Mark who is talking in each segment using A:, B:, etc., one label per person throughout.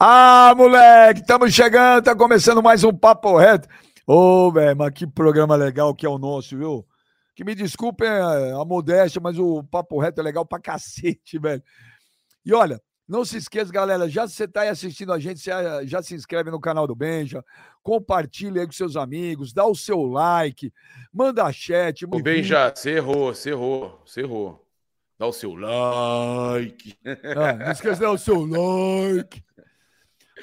A: Ah, moleque, estamos chegando, tá começando mais um Papo Reto. Ô, velho, mas que programa legal que é o nosso, viu? Que me desculpem a modéstia, mas o Papo Reto é legal pra cacete, velho. E olha, não se esqueça, galera, já se você tá aí assistindo a gente, você ah, já se inscreve no canal do Benja, compartilha aí com seus amigos, dá o seu like, manda chat.
B: O bem já, você errou, você errou, você errou. Dá o seu like.
A: Ah, não esqueça de dar o seu like.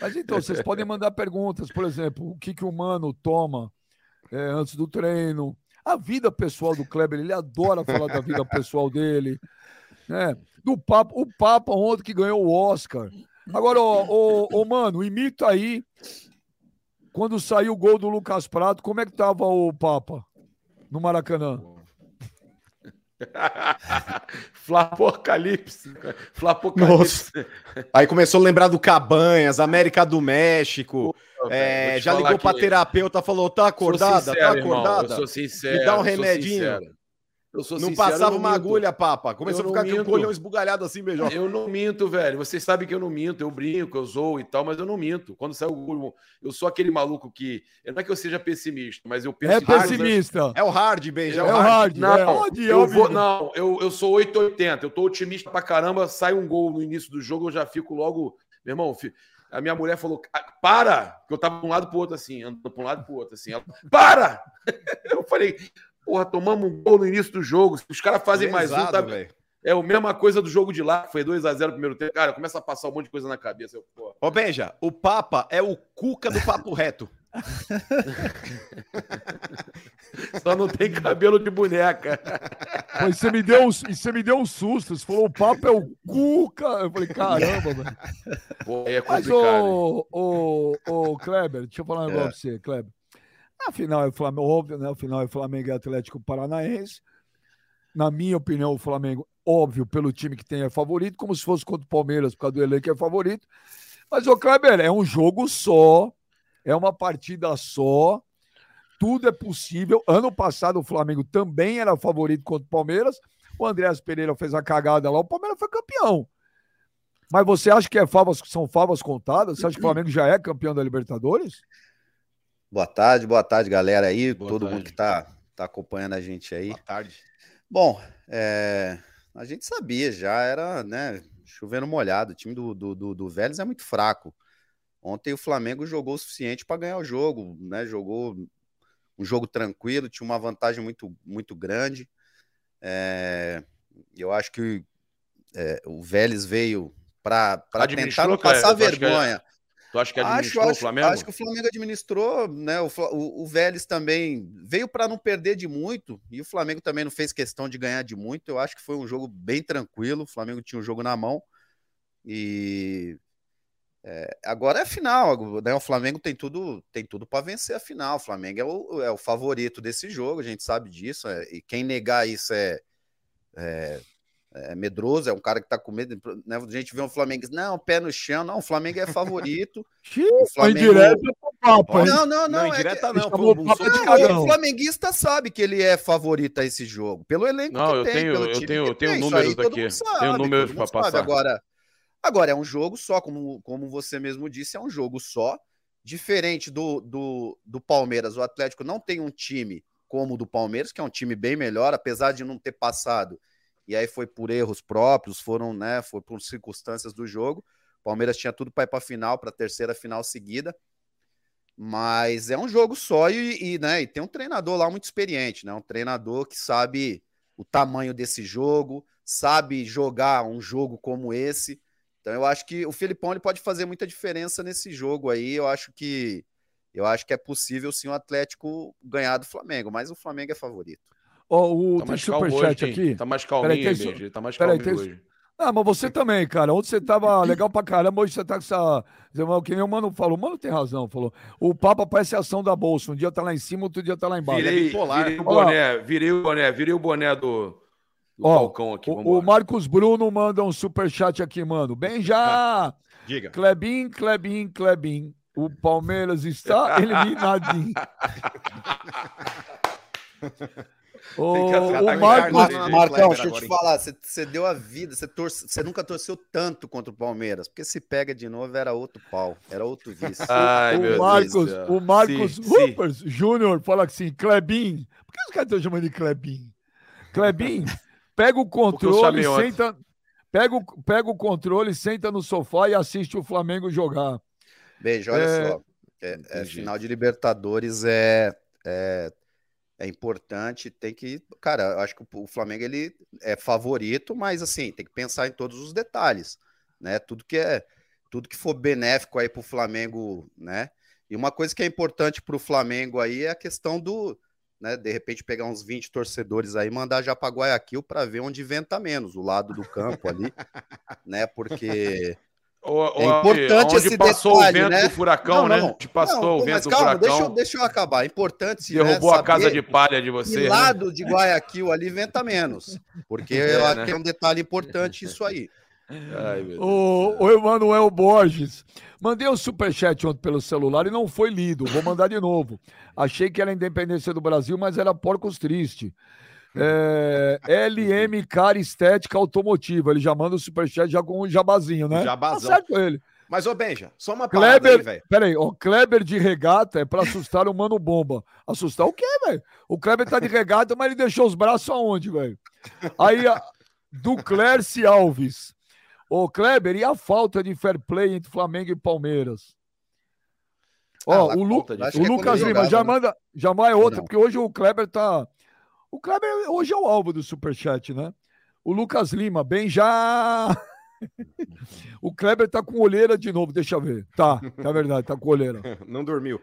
A: Mas então, vocês podem mandar perguntas, por exemplo, o que, que o humano toma eh, antes do treino? A vida pessoal do Kleber, ele adora falar da vida pessoal dele. Né? Do papo, o Papa ontem que ganhou o Oscar. Agora, ô, ô, ô, mano, imita aí quando saiu o gol do Lucas Prato, como é que tava o Papa no Maracanã?
B: Flapocalipse. Flapocalipse.
C: Aí começou a lembrar do Cabanhas, América do México.
B: Nossa,
C: É,
B: velho, vou te
C: já
B: falar
C: ligou pra
B: que-
C: terapeuta, falou: tá
B: Sou
C: acordada?
B: sincero,
C: tá
B: irmão,
C: acordada?
B: eu sou sincero.
C: Me dá um
B: eu sou
C: remedinho.
B: sincero. Eu sou
C: não
B: sincero, eu
C: passava
B: não
C: uma
B: minto.
C: agulha, papa. Começou
B: Eu
C: a ficar
B: não
C: com o
B: minto.
C: colhão esbugalhado assim, beijão.
B: Eu não minto, velho. Vocês sabem que eu não minto. Eu brinco, eu zoo e tal, mas eu não minto. Quando sai o gol, eu sou aquele maluco que. Não é que eu seja pessimista, mas eu penso
A: É
B: em todas as-
A: pessimista.
C: É o hard, beijo.
A: É
C: É
A: o
C: o hard.
A: hard.
B: Não,
A: é. Onde é,
B: eu
A: óbvio.
B: vou, não eu, eu sou 880, eu tô otimista pra caramba, sai um gol no início do jogo, eu já fico logo, meu irmão, fi- a minha mulher falou, "Ah, para, que eu tava pra um lado pro outro assim, andando pra um lado pro outro assim, ela, para! Eu falei, porra, tomamos um gol no início do jogo, se os caras fazem mais um, tá...
C: velho.
B: é a mesma coisa do jogo de lá, que foi 2x0 no primeiro tempo, cara, começa a passar um monte de coisa na cabeça, eu, porra.
C: Ô, Benja, o Papa é o Cuca do Papo Reto.
B: só não tem cabelo de boneca.
A: Mas você me deu um, e você me deu um susto. Você falou, o papo é o Cuca. Eu falei, caramba, velho.
B: Pô, aí é
A: Mas,
B: complicado. hein? É.
A: ô, ô, ô, Kleber, deixa eu falar um negócio pra você, Kleber. Na final é Flamengo, óbvio, né? A final é Flamengo e Atlético Paranaense. Na minha opinião, o Flamengo, óbvio, pelo time que tem é favorito, como se fosse contra o Palmeiras, por causa do elenco é favorito. Mas, ô, Kleber, é um jogo só, é uma partida só, tudo é possível. Ano passado o Flamengo também era favorito contra o Palmeiras. O Andréas Pereira fez a cagada lá, o Palmeiras foi campeão. Mas você acha que é favas- são favas contadas? Você acha que o Flamengo já é campeão da Libertadores?
D: Boa tarde, boa tarde, galera aí,
B: Boa
D: todo
B: tarde.
D: mundo que tá, tá acompanhando a gente aí.
C: Boa tarde.
D: Bom, é, a gente sabia já, era, né, chovendo molhado. O time do, do, do, do Vélez é muito fraco. Ontem o Flamengo jogou o suficiente para ganhar o jogo, né? Jogou um jogo tranquilo, tinha uma vantagem muito, muito grande. É, eu acho que é, o Vélez veio para tentar
B: Administrou,
D: não
B: cara,
D: passar
B: eu acho que é-
D: vergonha.
B: Tu acha que
D: Acho,
B: administrou o
D: acho,
B: Flamengo?
D: acho que o Flamengo administrou, né? O, Fla- o, o Vélez também veio para não perder de muito, e o Flamengo também não fez questão de ganhar de muito. Eu acho que foi um jogo bem tranquilo. O Flamengo tinha o jogo na mão. E é, agora é a final, né? O Flamengo tem tudo, tem tudo para vencer a final. O Flamengo é o, é o favorito desse jogo, a gente sabe disso. é, e quem negar isso é, é, é medroso, é um cara que tá com medo. Né? A gente vê um Flamengo e diz, não, pé no chão, não, o Flamengo é favorito. o
A: Foi
D: Flamengo...
A: direto é pro papo, hein?
D: Não, não, não.
C: Não,
D: é que-
C: indireta não.
A: chamou
C: pô,
A: o
C: um
A: Papa
C: som-
A: de
D: Não,
A: cagão.
D: o flamenguista sabe que ele é favorito a esse jogo, pelo elenco
B: Não,
D: que
B: eu
D: tem,
B: tenho-
D: pelo
B: eu
D: time
B: tenho-
D: que
B: eu tenho
D: tem, isso
B: números
D: aí todo
B: aqui,
D: mundo
B: tenho
D: sabe,
B: números
D: todo mundo
B: pra
D: sabe.
B: passar.
D: Agora, agora é um jogo só, como, como você mesmo disse, é um jogo só, diferente do, do, do Palmeiras. O Atlético não tem um time como o do Palmeiras, que é um time bem melhor, apesar de não ter passado. E aí foi por erros próprios, foram, né, foi por circunstâncias do jogo. O Palmeiras tinha tudo para ir para final, para terceira final seguida. Mas é um jogo só e, e, né, e tem um treinador lá muito experiente, né? Um treinador que sabe o tamanho desse jogo, sabe jogar um jogo como esse. Então eu acho que o Filipão ele pode fazer muita diferença nesse jogo aí. Eu acho que eu acho que é possível sim o Atlético ganhar do Flamengo, mas o Flamengo é favorito.
A: Ó, o,
B: Tá
A: tem
B: mais calmo
A: superchat
B: hoje, aqui.
A: aqui.
B: Tá mais
A: Peraí,
B: calminho,
A: tem
B: aí,
A: su-
B: Benji. Ele Tá mais
A: Peraí,
B: calminho
A: tem
B: hoje.
A: Ah, mas você também, cara. Ontem você tava legal pra caramba, hoje você tá com essa. Que nem o Mano falou. O Mano tem razão, falou. O Papa parece ação da bolsa. Um dia tá lá em cima, outro dia tá lá embaixo.
B: Virei,
C: bipolar.
B: virei o
A: Olha lá.
B: boné, virei o boné, virei o boné do, do
A: Ó,
B: Falcão aqui.
A: O,
B: vambora.
A: o Marcos Bruno manda um superchat aqui, mano. Bem já!
C: Diga.
A: Klebin, Klebin, Klebin. O Palmeiras está eliminadinho. O,
B: catar
A: o
B: minha
A: Marcos,
B: Marcos-
D: Marcão,
C: Kleber
D: deixa eu te
C: agora, hein?
D: falar, você- você deu a vida, você, torce- você nunca torceu tanto contra o Palmeiras, porque se pega de novo era outro pau, era outro vice.
B: Ai, meu
A: o
B: Deus
A: Marcos,
B: do céu.
A: o Marcos
B: Sim,
A: Ruppers Júnior fala assim, Klebin. Por que os caras estão chamando de Klebin? Klebin, pega o
B: eu
A: controle,
B: chamei ontem.
A: senta, pega o, pega o controle, senta no sofá e assiste o Flamengo jogar.
D: Beijo, olha
A: É,
D: só. É, é
B: entendi.
D: final de Libertadores é, é, é importante, tem que. Cara, eu acho que o- o Flamengo ele é favorito, mas assim, tem que pensar em todos os detalhes, né? Tudo que é, tudo que for benéfico aí pro Flamengo, né? E uma coisa que é importante pro Flamengo aí é a questão do, né, de repente pegar uns 20 torcedores aí, e mandar já para Guayaquil para ver onde venta menos, o lado do campo ali, né? Porque
B: O-
D: É
B: o- onde
D: importante esse
B: passou
D: detalhe,
B: o vento
D: né?
B: do furacão,
D: Não,
B: né?
D: não.
B: Onde passou
D: Não,
B: o
D: mas
B: vento do
D: calma, deixa eu,
B: furacão.
D: deixa eu acabar. É importante
B: Derrubou
D: né,
B: a casa de
D: saber
B: palha de
D: que
B: você. né?
D: lado de Guayaquil ali venta menos. Porque
B: É,
D: eu acho
B: né?
D: que é um detalhe importante isso aí.
B: Ai, meu Deus.
A: O, o Emanuel Borges. Mandei um superchat ontem pelo celular e não foi lido. Vou mandar de novo. Achei que era a independência do Brasil, mas era porcos triste. É, LM Car Estética Automotiva. Ele já manda o superchat já com um jabazinho, né?
C: Jabazão.
A: Tá certo ele.
C: Mas, ô Benja, só uma parada aí,
A: Kleber,
C: velho.
A: peraí, ó, Kleber de regata é pra assustar o Mano Bomba. Assustar o quê, velho? O Kleber tá de regata, mas ele deixou os braços aonde, velho? Aí, a- do Clércio Alves. Ô, Kleber, e a falta de fair play entre Flamengo e Palmeiras? Ó,
D: Ah,
A: o, Lu-
D: acho que
A: o
D: é quando
A: Lucas
D: ele
A: Lima,
D: jogava,
A: já
D: né?
A: manda, já vai outra,
D: Não.
A: porque hoje o Kleber tá... O Kleber hoje é o alvo do superchat, né? O Lucas Lima, bem já... O Kleber tá com olheira de novo, deixa eu ver. Tá, é verdade, tá com olheira.
C: Não dormiu.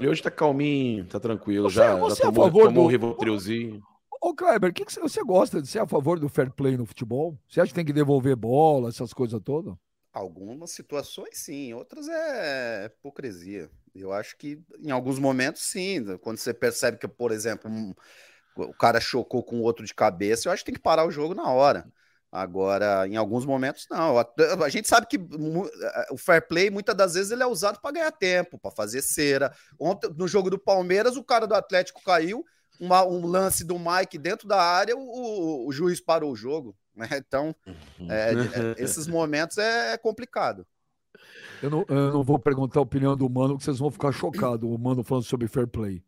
B: E hoje tá calminho, tá tranquilo.
A: Você-
B: já
A: você é
B: já
A: a
B: tomou,
A: favor
B: tomou
A: do-
B: um rivotrilzinho.
A: Ô, Kleber, o que, que você- você gosta de ser a favor do fair play no futebol? Você acha que tem que devolver bola, essas coisas todas?
D: Algumas situações, sim. Outras é hipocrisia. Eu acho que em alguns momentos, sim. né, Quando você percebe que, por exemplo, um- o cara chocou com o outro de cabeça, eu acho que tem que parar o jogo na hora. Agora, em alguns momentos, não. A, a gente sabe que mu- eh, o fair play, muitas das vezes, ele é usado para ganhar tempo, para fazer cera. Ontem, no jogo do Palmeiras, o cara do Atlético caiu, uma- um lance do Mike dentro da área, o, o- o juiz parou o jogo. né? Então, é, de- é, esses momentos é complicado.
A: Eu não, eu não vou perguntar a opinião do Mano, que vocês vão ficar chocados, o Mano falando sobre fair play.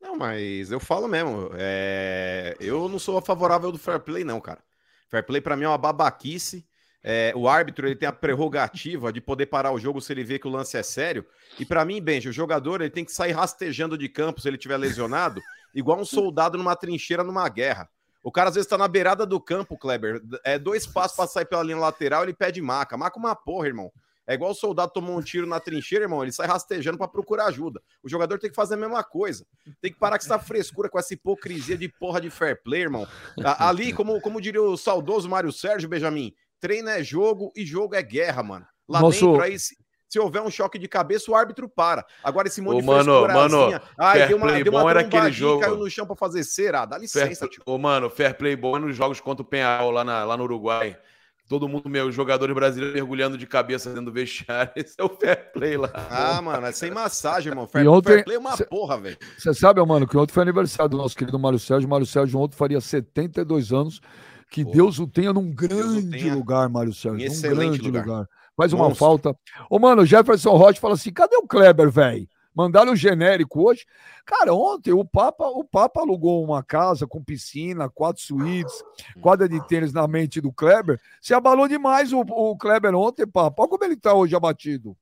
C: Não, mas eu falo mesmo. é, Eu não sou favorável do fair play, não, cara. Fair play pra mim é uma babaquice. é, o árbitro ele tem a prerrogativa de poder parar o jogo se ele vê que o lance é sério. E pra mim, Benji, o jogador ele tem que sair rastejando de campo se ele tiver lesionado, igual um soldado numa trincheira numa guerra. O cara às vezes tá na beirada do campo, Kleber. É dois passos pra sair pela linha lateral, ele pede maca. Maca uma porra, irmão. É igual o soldado tomou um tiro na trincheira, irmão. Ele sai rastejando pra procurar ajuda. O jogador tem que fazer a mesma coisa. Tem que parar com essa frescura, com essa hipocrisia de porra de fair play, irmão. A- Ali, como, como diria o saudoso Mário Sérgio Benjamin, treino é jogo e jogo é guerra, mano. Lá
A: Nosso-
C: dentro, aí, se, se houver um choque de cabeça, o árbitro para. Agora, esse monte
B: Ô,
C: de
B: mano,
C: frescurazinha, Ai,
B: fair
C: deu uma,
B: play
C: deu uma
B: bom era
C: trombadinha,
B: aquele jogo.
C: caiu no chão pra fazer cera. Ah, Dá
B: Fair,
C: licença, tio.
B: Ô, mano, fair play bom é nos jogos contra o Penharol lá, na- lá no Uruguai. Todo mundo, meu, os jogadores brasileiros mergulhando de cabeça dentro do vestiário. Esse é o fair play lá.
C: Ah, mano, é sem massagem, irmão. Fair,
A: E ontem-
C: fair play é uma
A: cê-
C: porra, velho.
A: Você sabe, ô, Mano, que ontem foi aniversário do nosso querido Mário Sérgio. Mário Sérgio ontem faria 72 anos. Que
C: Pô.
A: Deus o tenha num grande
C: tenha.
A: lugar, Mário Sérgio.
C: Em
A: Num
C: excelente
A: grande lugar.
C: lugar.
A: Faz uma
C: Monstro.
A: falta. Ô, mano, o Jefferson Rocha fala assim: cadê o Kleber, velho? Mandaram o genérico hoje. Cara, ontem o Papa, o Papa alugou uma casa com piscina, quatro suítes, quadra de tênis na mente do Kleber. Se abalou demais o, o Kleber ontem, Papa. Olha como ele tá hoje abatido.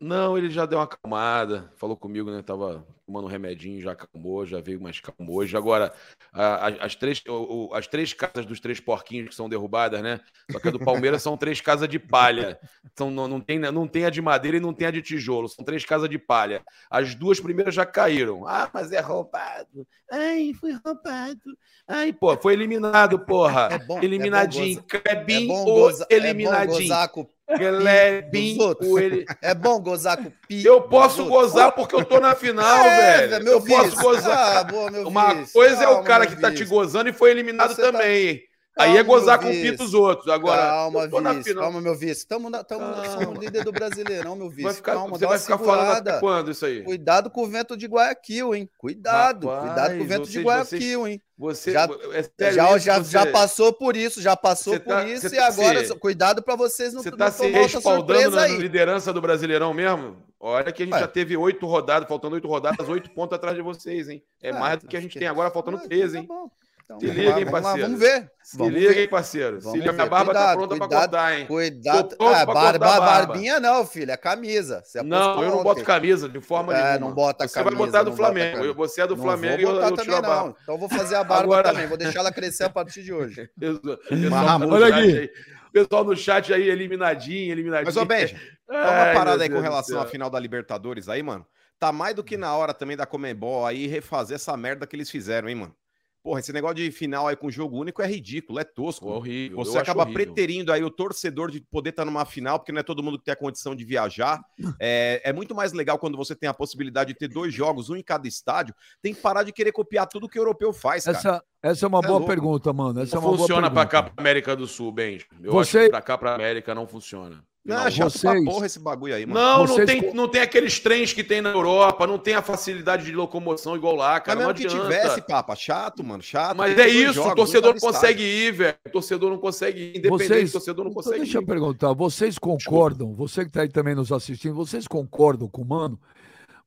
B: Não, ele já deu uma acalmada, falou comigo, né? Tava tomando um remedinho, já acalmou, já veio mais calmo hoje. Agora, a- a- as, três, o- o- as três casas dos três porquinhos que são derrubadas, né? Só que a do Palmeiras são três casas de palha. São, não, não, tem, não tem a de madeira e não tem a de tijolo, são três casas de palha. As duas primeiras já caíram. Ah, mas é roubado. Ai, fui roubado. Ai, pô, foi eliminado,
D: É
B: porra.
D: bom,
B: Eliminadinho.
D: É
B: Clebin,
D: bom,
B: o
D: goza- é bom
B: eliminadinho.
D: gozar com-
B: Clebin,
D: dos outros.
B: o ele...
D: é bom gozar com o pi.
B: Eu posso
D: dos outros.
B: gozar porque eu tô na final,
D: É,
B: velho.
D: meu
B: Eu posso
D: vice.
B: gozar.
D: Ah, boa, meu
B: Uma
D: vice.
B: coisa é o
D: Calma,
B: cara
D: meu
B: que tá te
D: vice.
B: gozando e foi eliminado
D: Você tá-
B: também. Aí é
D: Calma,
B: gozar com
D: meu
B: o pinto
D: vice.
B: dos outros. Agora,
D: calma,
B: eu tô na
D: vice.
B: final.
D: Calma, meu vice. Tamo, na, tamo na-
B: Calma.
D: somos líder do Brasileirão, meu vice.
B: vai ficar,
D: calma,
B: você
D: dá
B: vai
D: uma
B: ficar falando
D: segurada.
B: até quando isso aí?
D: Cuidado com o vento de Guayaquil, hein? Cuidado,
B: Rapaz,
D: cuidado com o vento de
B: vocês-
D: Guayaquil, hein?
B: Você
D: Já-
B: é sério
D: já,
B: isso?
D: já,
B: Você-
D: já passou por isso, já passou
B: Você
D: por
B: tá-
D: isso
B: você
D: e
B: tá
D: agora,
B: se-
D: cuidado pra vocês não,
B: Você
D: não
B: tá se
D: tomar outra
B: respaldando
D: surpresa
B: na
D: aí.
B: liderança do Brasileirão mesmo? Olha que a gente
D: Ué.
B: já teve oito rodadas, faltando oito rodadas, oito pontos atrás de vocês, hein? É
D: É,
B: mais do que a
D: acho
B: gente
D: que-
B: tem agora, faltando
D: Ah, então
B: 13,
D: tá
B: hein?
D: bom. Então,
B: Se
D: vamos
B: liga,
D: lá,
B: hein,
D: vamos lá,
B: parceiro.
D: Vamos ver.
B: Se
D: Vamos
B: liga,
D: ver.
B: hein, parceiro? Se
D: Vamos
B: liga,
D: ver.
B: minha barba tá
D: Cuidado,
B: pronta pra
D: cuidado.
B: cortar, hein?
D: Cuidado.
B: Tô pronto
D: Ah,
B: pra
D: barba,
B: cortar a barba.
D: Barbinha não, filho, é camisa. Você
B: Não,
D: apostou
B: eu não boto
D: ontem.
B: camisa, de forma
D: É,
B: nenhuma.
D: não bota
B: Você vai
D: camisa,
B: botar do
D: não bota
B: Flamengo.
D: camisa.
B: eu- Você é do
D: Não
B: Flamengo e
D: vou
B: eu,
D: botar
B: eu tiro
D: também,
B: a barba.
D: não. Então eu vou fazer a barba
B: Agora-
D: também, vou deixar ela crescer a partir de hoje.
B: Eu- eu-
C: Marra
B: Olha
A: muito.
B: aqui. Pessoal no chat aí, eliminadinho, eliminadinho.
C: Mas, ô Benja, Dá uma
B: Ai,
C: parada
B: meu
C: aí com
B: Deus do
C: relação à
B: céu.
C: final da Libertadores aí, mano. Tá mais do que na hora também da Comembol aí refazer essa merda que eles fizeram, hein, mano. Porra, esse negócio de final aí com jogo único é ridículo, é tosco.
B: Pô, é horrível.
C: Você
B: eu acho
C: acaba
B: horrível.
C: preterindo aí o torcedor de poder estar numa final, porque não é todo mundo que tem a condição de viajar. É, é muito mais legal quando você tem a possibilidade de ter dois jogos, um em cada estádio. Tem que parar de querer copiar tudo que o europeu faz, cara.
A: Essa, essa é uma
C: Você é
A: boa
C: louco.
A: pergunta, mano. Essa é
B: Não
A: uma boa
B: funciona pra cá,
A: pergunta.
B: pra América do Sul, Benja. Eu
A: Você-
B: acho que pra cá, pra América, não funciona.
C: Não,
B: Não,
C: é chato pra
A: vocês-
C: porra esse bagulho aí, mano.
B: Não, não
A: Vocês
B: tem,
A: com-
B: não tem aqueles trens que tem na Europa, não tem a facilidade de locomoção igual lá, cara.
C: Mas
B: não
C: mesmo que
B: adianta.
C: tivesse, papa, chato, mano, chato.
B: Mas
C: Tem
B: é
C: dois
B: isso,
C: jogos, um
B: o torcedor
C: em
B: não
C: cada
B: consegue ir, velho. O torcedor não consegue ir. Independente,
A: Vocês-
B: o torcedor não
A: Então
B: consegue
A: deixa eu
B: ir.
A: perguntar, vocês concordam, você que está aí também nos assistindo, vocês concordam com o Mano?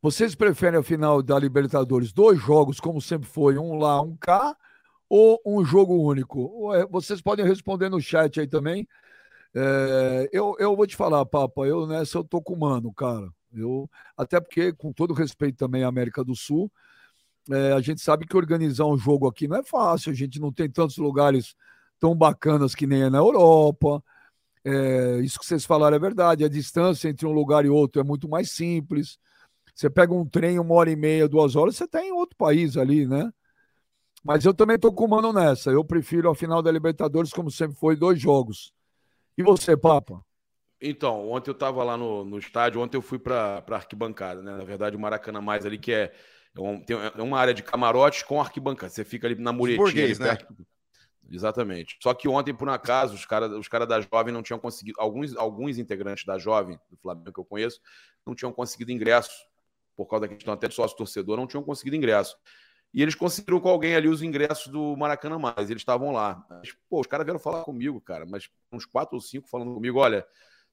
A: Vocês preferem a final da Libertadores, dois jogos, como sempre foi, um lá, um cá, ou um jogo único? Ou é- Vocês podem responder no chat aí também. É, eu, eu vou te falar, Papa, eu nessa eu tô com o Mano, cara. Eu, até porque, com todo respeito também à América do Sul, é, a gente sabe que organizar um jogo aqui não é fácil, a gente não tem tantos lugares tão bacanas que nem é na Europa. É, isso que vocês falaram é verdade. A distância entre um lugar e outro é muito mais simples. Você pega um trem, uma hora e meia, duas horas, você está em outro país ali, né? Mas eu também estou com o mano nessa. Eu prefiro a final da Libertadores, como sempre foi, dois jogos. E você, Papa?
B: Então, ontem eu tava lá no, no estádio, ontem eu fui pra, pra arquibancada, né? Na verdade, o Maracanã mais ali, que é, é, um- tem- é uma área de camarotes com arquibancada. Você fica ali na muretinha.
C: burguês,
B: ali
C: né?
B: perto. Exatamente. Só que ontem, por um acaso, os caras os cara da Jovem não tinham conseguido, alguns, alguns integrantes da Jovem, do Flamengo que eu conheço, não tinham conseguido ingresso, por causa da questão até de sócio-torcedor, não tinham conseguido ingresso. E eles conseguiram com alguém ali os ingressos do Maracanã Mais, eles estavam lá. Mas, pô, os caras vieram falar comigo, cara, mas uns quatro ou cinco falando comigo, olha,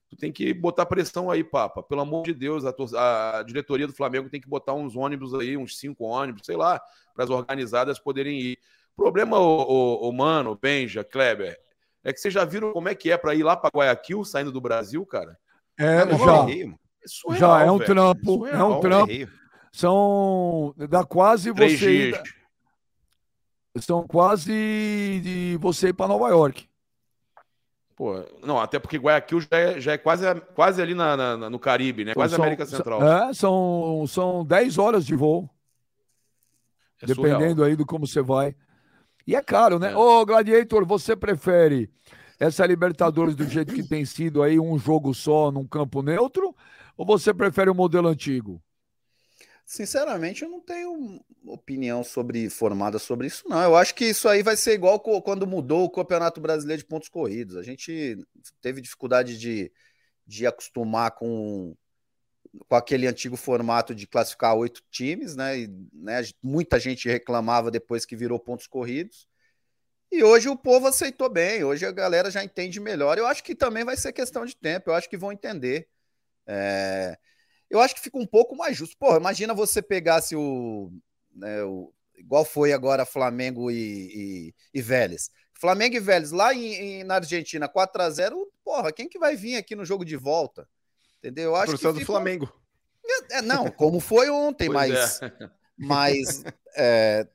B: tu tem que botar pressão aí, Papa. Pelo amor de Deus, a, tor- a diretoria do Flamengo tem que botar uns ônibus aí, uns cinco ônibus, sei lá, para as organizadas poderem ir. O problema, o, Mano, Benja, Kleber, é que vocês já viram como é que é para ir lá para Guayaquil, saindo do Brasil, cara?
A: É,
C: estádios. Ah,
A: já,
C: não, errei, mano.
B: É surreal,
A: já é um
B: velho.
A: trampo, é
B: surreal,
A: um
C: Não,
A: trampo.
C: errei.
A: São dá quase
B: Três
A: você,
B: dias.
A: ir- são quase de você ir para Nova York.
B: Pô, não, até porque Guayaquil já é, já é quase, quase ali na, na- na- no Caribe, né? Quase
A: São-
B: América
A: são-
B: Central.
A: É, são, são 10 horas de voo,
B: É surreal.
A: dependendo aí do como você vai. E é caro, né?
B: É.
A: Ô, Gladiator, você prefere essa Libertadores do jeito que tem sido aí, um jogo só num campo neutro, ou você prefere o modelo antigo?
D: Sinceramente, eu não tenho opinião sobre formada sobre isso, não. Eu acho que isso aí vai ser igual co- quando mudou o Campeonato Brasileiro de Pontos Corridos. A gente teve dificuldade de, de acostumar com, com aquele antigo formato de classificar oito times, né? E, né, muita gente reclamava depois que virou pontos corridos. E hoje o povo aceitou bem, hoje a galera já entende melhor. Eu acho que também vai ser questão de tempo, eu acho que vão entender. É, eu acho que fica um pouco mais justo. Porra, imagina você pegasse o. né, o- igual foi agora Flamengo e, e, e Vélez. Flamengo e Vélez lá em, em- na Argentina, 4x0. Porra, quem que vai vir aqui no jogo de volta? Entendeu? Eu acho
C: Torcida
D: que
C: do
D: fica- um
C: Flamengo.
D: É, não, como foi ontem,
B: Pois
D: mas.
B: é.
D: Mas, é,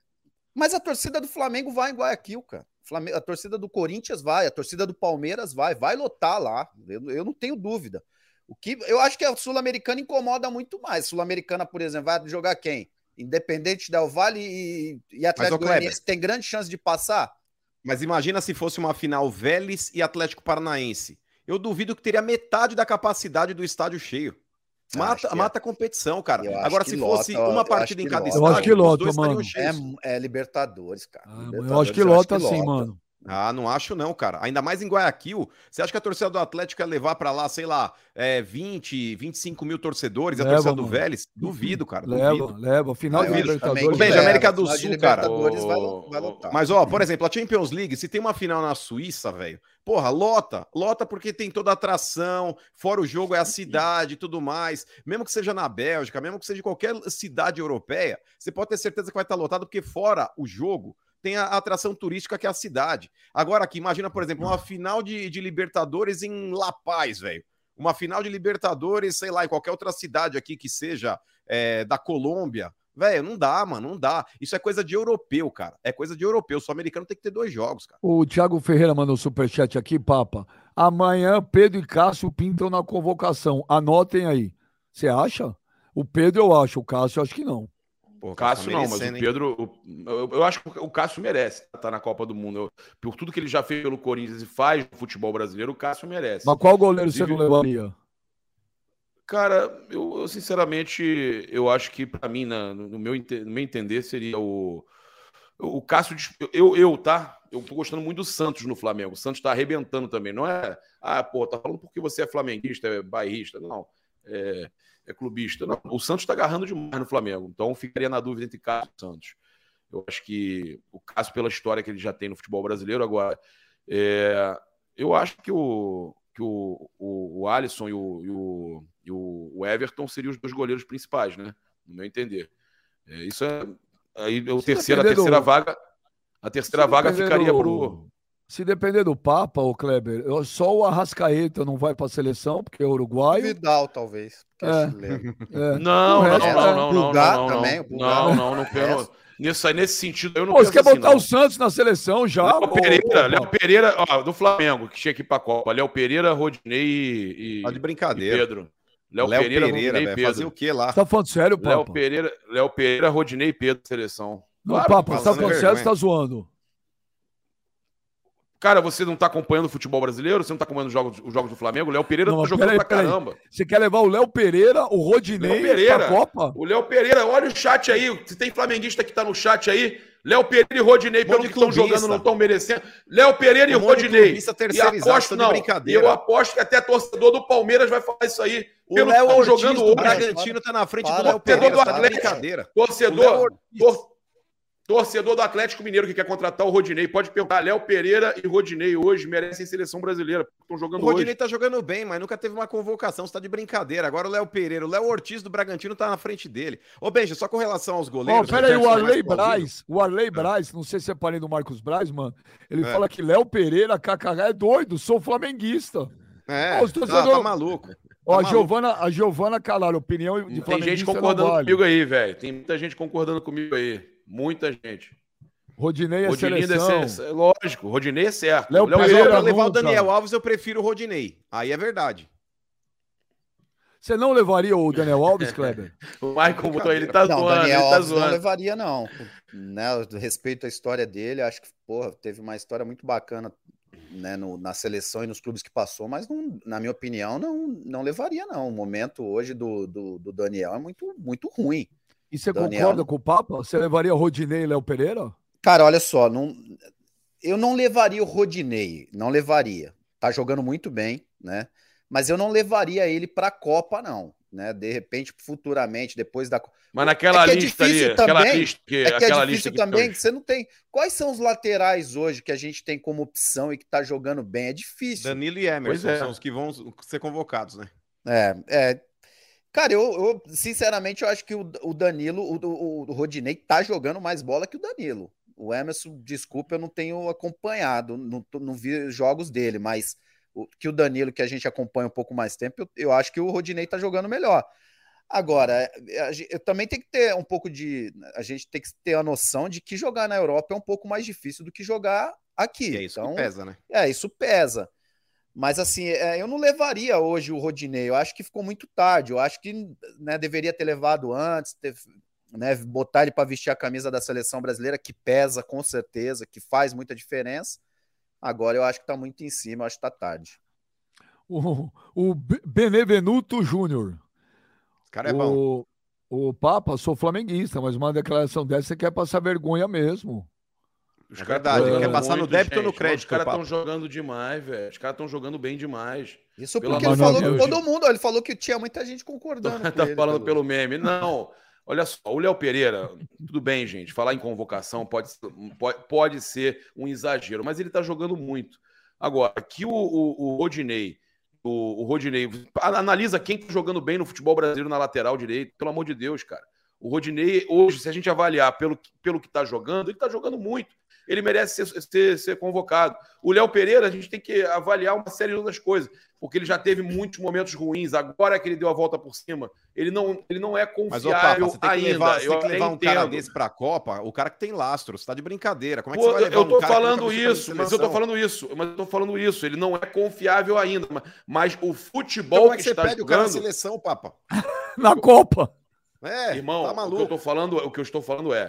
D: mas a torcida do Flamengo vai em Guayaquil, cara. Flame- A torcida do Corinthians vai, a torcida do Palmeiras vai, vai lotar lá. Eu, eu não tenho dúvida. O que eu acho que a Sul-Americana incomoda muito mais. Sul-Americana, por exemplo, vai jogar quem? Independente Del Vale e, e Atlético
C: Kleber-
D: Goianiense tem grande chance de passar.
C: Mas imagina se fosse uma final Vélez e Atlético Paranaense. Eu duvido que teria metade da capacidade do estádio cheio.
D: Ah, acho
C: Mata,
D: que é.
C: mata a competição, cara.
D: Eu acho
C: Agora,
D: que
C: se fosse
D: lota, eu
C: uma
D: acho
C: partida
D: que
C: em cada
D: lota.
C: estádio,
A: Eu acho que
C: os
A: lota,
C: dois estariam
A: mano.
C: cheios.
D: É, é Libertadores, cara.
A: Ah, mas eu
D: Libertadores,
A: acho que lota sim, mano.
C: Ah, não acho não, cara. Ainda mais em Guayaquil. Você acha que a torcida do Atlético ia levar pra lá, sei lá, é, 20, 25 mil torcedores? E a
A: Leva,
C: torcida do
A: mano.
C: Vélez? Duvido, cara.
A: Leva,
C: Duvido.
A: leva. Final de
C: Duvido.
A: Libertadores. é
C: Ô, Benja,
A: leva.
C: América do
D: final de
C: Sul, cara.
D: Libertadores vai,
B: Ô,
D: vai
B: ô,
D: lotar.
C: Mas, ó, por exemplo, a Champions League, se tem uma final na Suíça, velho, porra, lota. Lota porque tem toda a atração, fora o jogo é a cidade e tudo mais. Mesmo que seja na Bélgica, mesmo que seja em qualquer cidade europeia, você pode ter certeza que vai estar lotado, porque fora o jogo, tem a atração turística que é a cidade. Agora aqui, imagina, por exemplo, uma final de, de Libertadores em La Paz, velho. Uma final de Libertadores, sei lá, em qualquer outra cidade aqui que seja é, da Colômbia. Velho, não dá, mano, não dá. Isso é coisa de europeu, cara. É coisa de europeu. Só americano tem que ter dois jogos, cara.
A: O Thiago Ferreira mandou um superchat aqui, Papa. Amanhã Pedro e Cássio pintam na convocação. Anotem aí. Você acha? O Pedro eu acho, o Cássio eu acho que não.
C: Pô,
B: O Cássio não, mas o
C: tá merecendo, hein?
B: Pedro. o- eu, eu acho que o Cássio merece estar na Copa do Mundo. Eu- por tudo que ele já fez pelo Corinthians e faz no futebol brasileiro, o Cássio merece.
A: Mas qual goleiro você não
B: Inclusive-
A: levaria?
B: Cara, eu, eu, sinceramente, eu acho que pra mim, na- no, meu, ente- no meu entender, seria o. O Cássio. dis- Eu, eu, tá? Eu tô gostando muito do Santos no Flamengo. O Santos tá arrebentando também. Não é. Ah, pô, tá falando porque você é flamenguista, é bairrista. Não. É, é clubista. Não. O Santos tá agarrando demais no Flamengo. Então ficaria na dúvida entre Cássio e Santos. Eu acho que o Cássio, pela história que ele já tem no futebol brasileiro, agora. é, eu acho que o, que o, o, o Alisson e o, e, o, e o o Everton seriam os dois goleiros principais, né? No meu entender. É, isso é. Aí o
A: Se
B: terceira, a
A: depender do-
B: terceira vaga. A terceira
A: Se
B: vaga
A: depender
B: ficaria
A: do-
B: pro.
A: Se depender do Papa, ô Kleber, eu- só o Arrascaeta não vai pra seleção, porque é uruguaio.
D: Vidal, talvez. que
A: É.
D: chileno.
A: É.
B: Não,
A: O
B: não,
A: resto
B: não,
A: é-
B: não, não, não,
D: Pulgar
B: não, não.
D: também, o Pulgar.
B: Não, não, não quero.
D: resto.
B: Nesse, aí, nesse sentido, eu não
A: Pô, você quer
B: penso assim,
A: botar
B: não.
A: o Santos na seleção já?
B: Léo
A: ô,
B: Pereira,
A: ô,
B: Léo
A: Papa?
B: Pereira, ó, do Flamengo, que tinha que ir pra Copa. Léo Pereira, Rodinei e, e-
C: Tá de
B: e
C: brincadeira.
B: Pedro.
C: Léo Pereira,
B: Rodinei e
C: velho. Fazer o quê lá?
A: Você tá falando sério,
B: Léo
A: Papa?
B: Pereira, Léo Pereira, Rodinei e Pedro, seleção.
A: Não,
B: Claro,
A: Papa, você tá
C: passando
A: falando sério, você
C: vergonha.
A: tá zoando.
B: Cara, você não tá acompanhando o futebol brasileiro? Você não tá acompanhando os jogos, os jogos do Flamengo? O Léo Pereira
A: Não,
B: tá
A: mas
B: jogando
A: peraí,
B: pra
A: peraí.
B: caramba.
A: Você quer levar o Léo Pereira, o Rodinei
B: Léo Pereira.
A: pra Copa?
B: O Léo Pereira, olha o chat aí. Se tem flamenguista que tá no chat aí, Léo Pereira e Rodinei, pelo
C: Monte
B: que
C: de
B: estão
C: clubista.
B: jogando, não estão merecendo. Léo Pereira e
C: Um monte de
B: Rodinei.
C: clubista
B: E
C: terceirizado, tá
B: aposto,
C: de
B: não.
C: brincadeira.
B: Eu aposto que até torcedor do Palmeiras vai falar isso aí.
C: O
B: pelo
C: Léo
B: que tão
C: Ortiz
B: jogando
C: do
B: hoje.
C: Bragantino tá na frente
D: Para,
C: do Léo
D: para,
C: Pereira.
B: para,
C: tá de
B: para.
C: brincadeira. O Léo
B: Torcedor,
C: Ortiz.
B: tor- torcedor do Atlético Mineiro que quer contratar o Rodinei, pode perguntar. Léo Pereira e Rodinei hoje merecem seleção brasileira. Estão
C: O
B: jogando
C: Rodinei
B: hoje.
C: tá jogando bem, mas nunca teve uma convocação, você tá de brincadeira. Agora o Léo Pereira, o Léo Ortiz do Bragantino tá na frente dele. Ô, Benja, só com relação aos
A: Ó,
C: goleiros...
A: pera aí, o
C: Jefferson é mais
A: Arley
C: plausível.
A: Braz, o Arley Braz, não sei se é parente do Marcos Braz, mano. Ele
C: É.
A: fala que Léo Pereira, KKH, é doido, sou flamenguista.
C: É,
A: Ó, os
C: tá,
A: torcedores-
C: tá maluco.
A: Ó, a
C: maluco.
A: Giovana, a Giovana Calar,
C: tá
A: opinião de
B: Tem gente
A: flamenguista não
B: concordando
A: vale.
B: comigo aí, velho. Tem muita gente concordando comigo aí. Muita gente.
A: Rodinei é
B: Rodinei é
A: seleção.
B: seleção. Lógico, Rodinei é certo.
A: Léo
C: Mas, ó,
A: Pereira,
C: pra levar o
A: nunca.
C: Daniel Alves, eu prefiro o Rodinei. Aí é verdade.
A: Você não levaria o Daniel Alves, Kleber?
B: O Michael botou ele tá
D: Não,
B: zoando,
D: Daniel
B: ele tá
D: Alves não
B: zoando.
D: levaria, não. Né, eu respeito a história dele, acho que, porra, teve uma história muito bacana né, no- na seleção e nos clubes que passou, mas não- na minha opinião, não, não levaria, não. O momento hoje do, do, do Daniel é muito, muito ruim.
A: E você
D: Daniel.
A: concorda com o Papa? Você levaria Rodinei e Léo Pereira?
D: Cara, olha só, não- eu não levaria o Rodinei, não levaria. Tá jogando muito bem, né? Mas eu não levaria ele pra Copa, não. Né? De repente, futuramente, depois da Copa.
B: Mas naquela
D: É que é
B: lista ali,
D: difícil
B: aquela
D: também,
B: lista que,
D: É que
B: aquela
D: é difícil
B: lista que
D: também, que você não tem. Quais são os laterais hoje que a gente tem como opção e que tá jogando bem? É difícil.
C: Danilo e Emerson
B: Pois é.
C: são os que vão ser convocados, né?
D: É, é. Cara, eu, eu, sinceramente eu acho que o, o Danilo, o, o, o Rodinei tá jogando mais bola que o Danilo. O Emerson, desculpa, eu não tenho acompanhado, não, tô- não vi os jogos dele, mas o, que o Danilo, que a gente acompanha um pouco mais tempo, eu, eu acho que o Rodinei tá jogando melhor. Agora, é, a gen- eu também tem que ter um pouco de. A gente tem que ter a noção de que jogar na Europa é um pouco mais difícil do que jogar aqui.
C: E é isso
D: então,
C: que pesa, né?
D: é, isso pesa. Mas assim, é, eu não levaria hoje o Rodinei. Eu acho que ficou muito tarde. Eu acho que né, deveria ter levado antes, ter, né, botar ele para vestir a camisa da seleção brasileira, que pesa com certeza, que faz muita diferença. Agora eu acho que está muito em cima, eu acho que está tarde.
A: O, o Be- Benevenuto Júnior.
C: Esse cara é bom.
A: o, o Papa, sou flamenguista, mas uma declaração dessa você quer passar vergonha mesmo.
B: Os
C: É
B: caras
C: verdade,
B: tão
A: quer
B: jogando
C: passar no débito ou no
B: gente.
C: crédito,
B: Os caras
C: papo?
B: estão jogando demais, velho. Os caras estão jogando bem demais.
D: Isso
B: Pelo
D: porque ele
A: amor de
D: falou com
A: Deus.
D: todo mundo. Ele falou que tinha muita gente concordando. com
B: tá
D: ele,
B: falando
D: Pelô.
B: pelo meme. Não, olha só, o Léo Pereira, tudo bem, gente, falar em convocação pode, ser- pode, pode ser um exagero, mas ele tá jogando muito. Agora, que o, o, o Rodinei, o, o Rodinei, a- analisa quem tá jogando bem no futebol brasileiro na lateral direita, pelo amor de Deus, cara. O Rodinei, hoje, se a gente avaliar pelo, que- pelo que tá jogando, ele tá jogando muito. Ele merece ser, ser, ser convocado. O Léo Pereira, a gente tem que avaliar uma série de outras coisas porque ele já teve muitos momentos ruins. Agora é que ele deu a volta por cima, ele não, ele não é
C: Mas, ô, Papa,
B: confiável
C: você tem que
B: ainda.
C: levar, você
B: eu
C: tem que levar um
B: entendo.
C: cara desse pra Copa, o cara que tem lastro, você tá de brincadeira. Como é que
B: Pô,
C: você vai levar
B: eu
C: um
B: tô
C: cara que
B: falando
C: nunca Então. mexeu na
B: isso, mas eu tô
C: seleção?
B: falando isso, mas eu tô falando isso. Ele não é confiável ainda, mas, mas o
C: Então,
B: futebol
C: como é
B: que,
C: que você
B: está
C: pede o cara na
B: jogando,
C: seleção, Papa?
A: Na Copa.
C: É,
B: irmão,
C: tá
B: o que eu
C: maluco.
B: tô falando, o que eu estou falando é,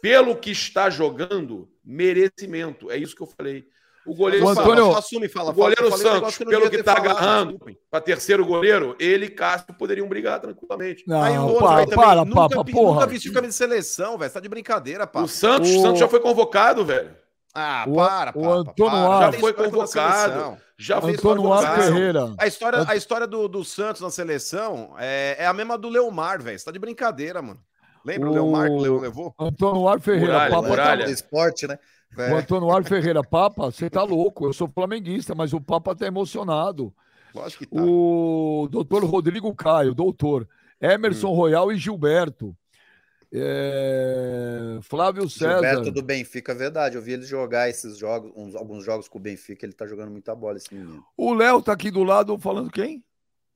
B: pelo que está jogando, merecimento. É isso que eu falei. O goleiro
A: O
B: Fala-
A: Antônio-
C: Fala, assume, fala.
B: O goleiro
C: fala, eu falei um
B: Santos,
C: negócio não
B: pelo
C: devia
B: que
C: ter
B: tá
C: falado,
B: agarrando.
C: desculpem.
B: para terceiro goleiro, ele e Cássio poderiam brigar tranquilamente.
A: Não,
C: Aí o outro
A: Ah, para,
C: aí Tá também,
A: para,
C: nunca,
A: Papa,
C: vi-
A: porra.
C: Nunca vestiu camisa de seleção, velho. Você tá de brincadeira, Papa.
B: O Santos,
A: O-
B: o Santos já foi convocado, velho.
C: Ah,
A: O-
C: para,
A: o
C: Papa,
A: Antônio
C: para.
A: Alves.
C: Já foi
B: Histórico da
C: convocado.
B: seleção. Já fez
A: Antônio
B: convocação.
A: A. Ferreira.
C: A história, a história do, do Santos na seleção é, é a mesma do Leomar, velho. Você tá de brincadeira, mano. Lembra o
A: O-
C: Leomar que o Leão levou?
A: Antônio Ar Ferreira,
B: Muralha,
A: Papa.
B: Muralha.
D: Do esporte, né?
A: Tá...
C: É.
A: O Antônio Ar Ferreira, Papa, você tá louco. Eu sou flamenguista, mas o Papa tá emocionado.
C: Lógico que tá.
A: O doutor Rodrigo Caio, doutor. Emerson
C: Hum.
A: Royal e Gilberto. É, Flávio César.
D: Gilberto do Benfica, é verdade. Eu vi ele jogar esses jogos, uns- alguns jogos com o Benfica. Ele tá jogando muita bola, esse menino.
A: O Léo tá aqui do lado falando quem?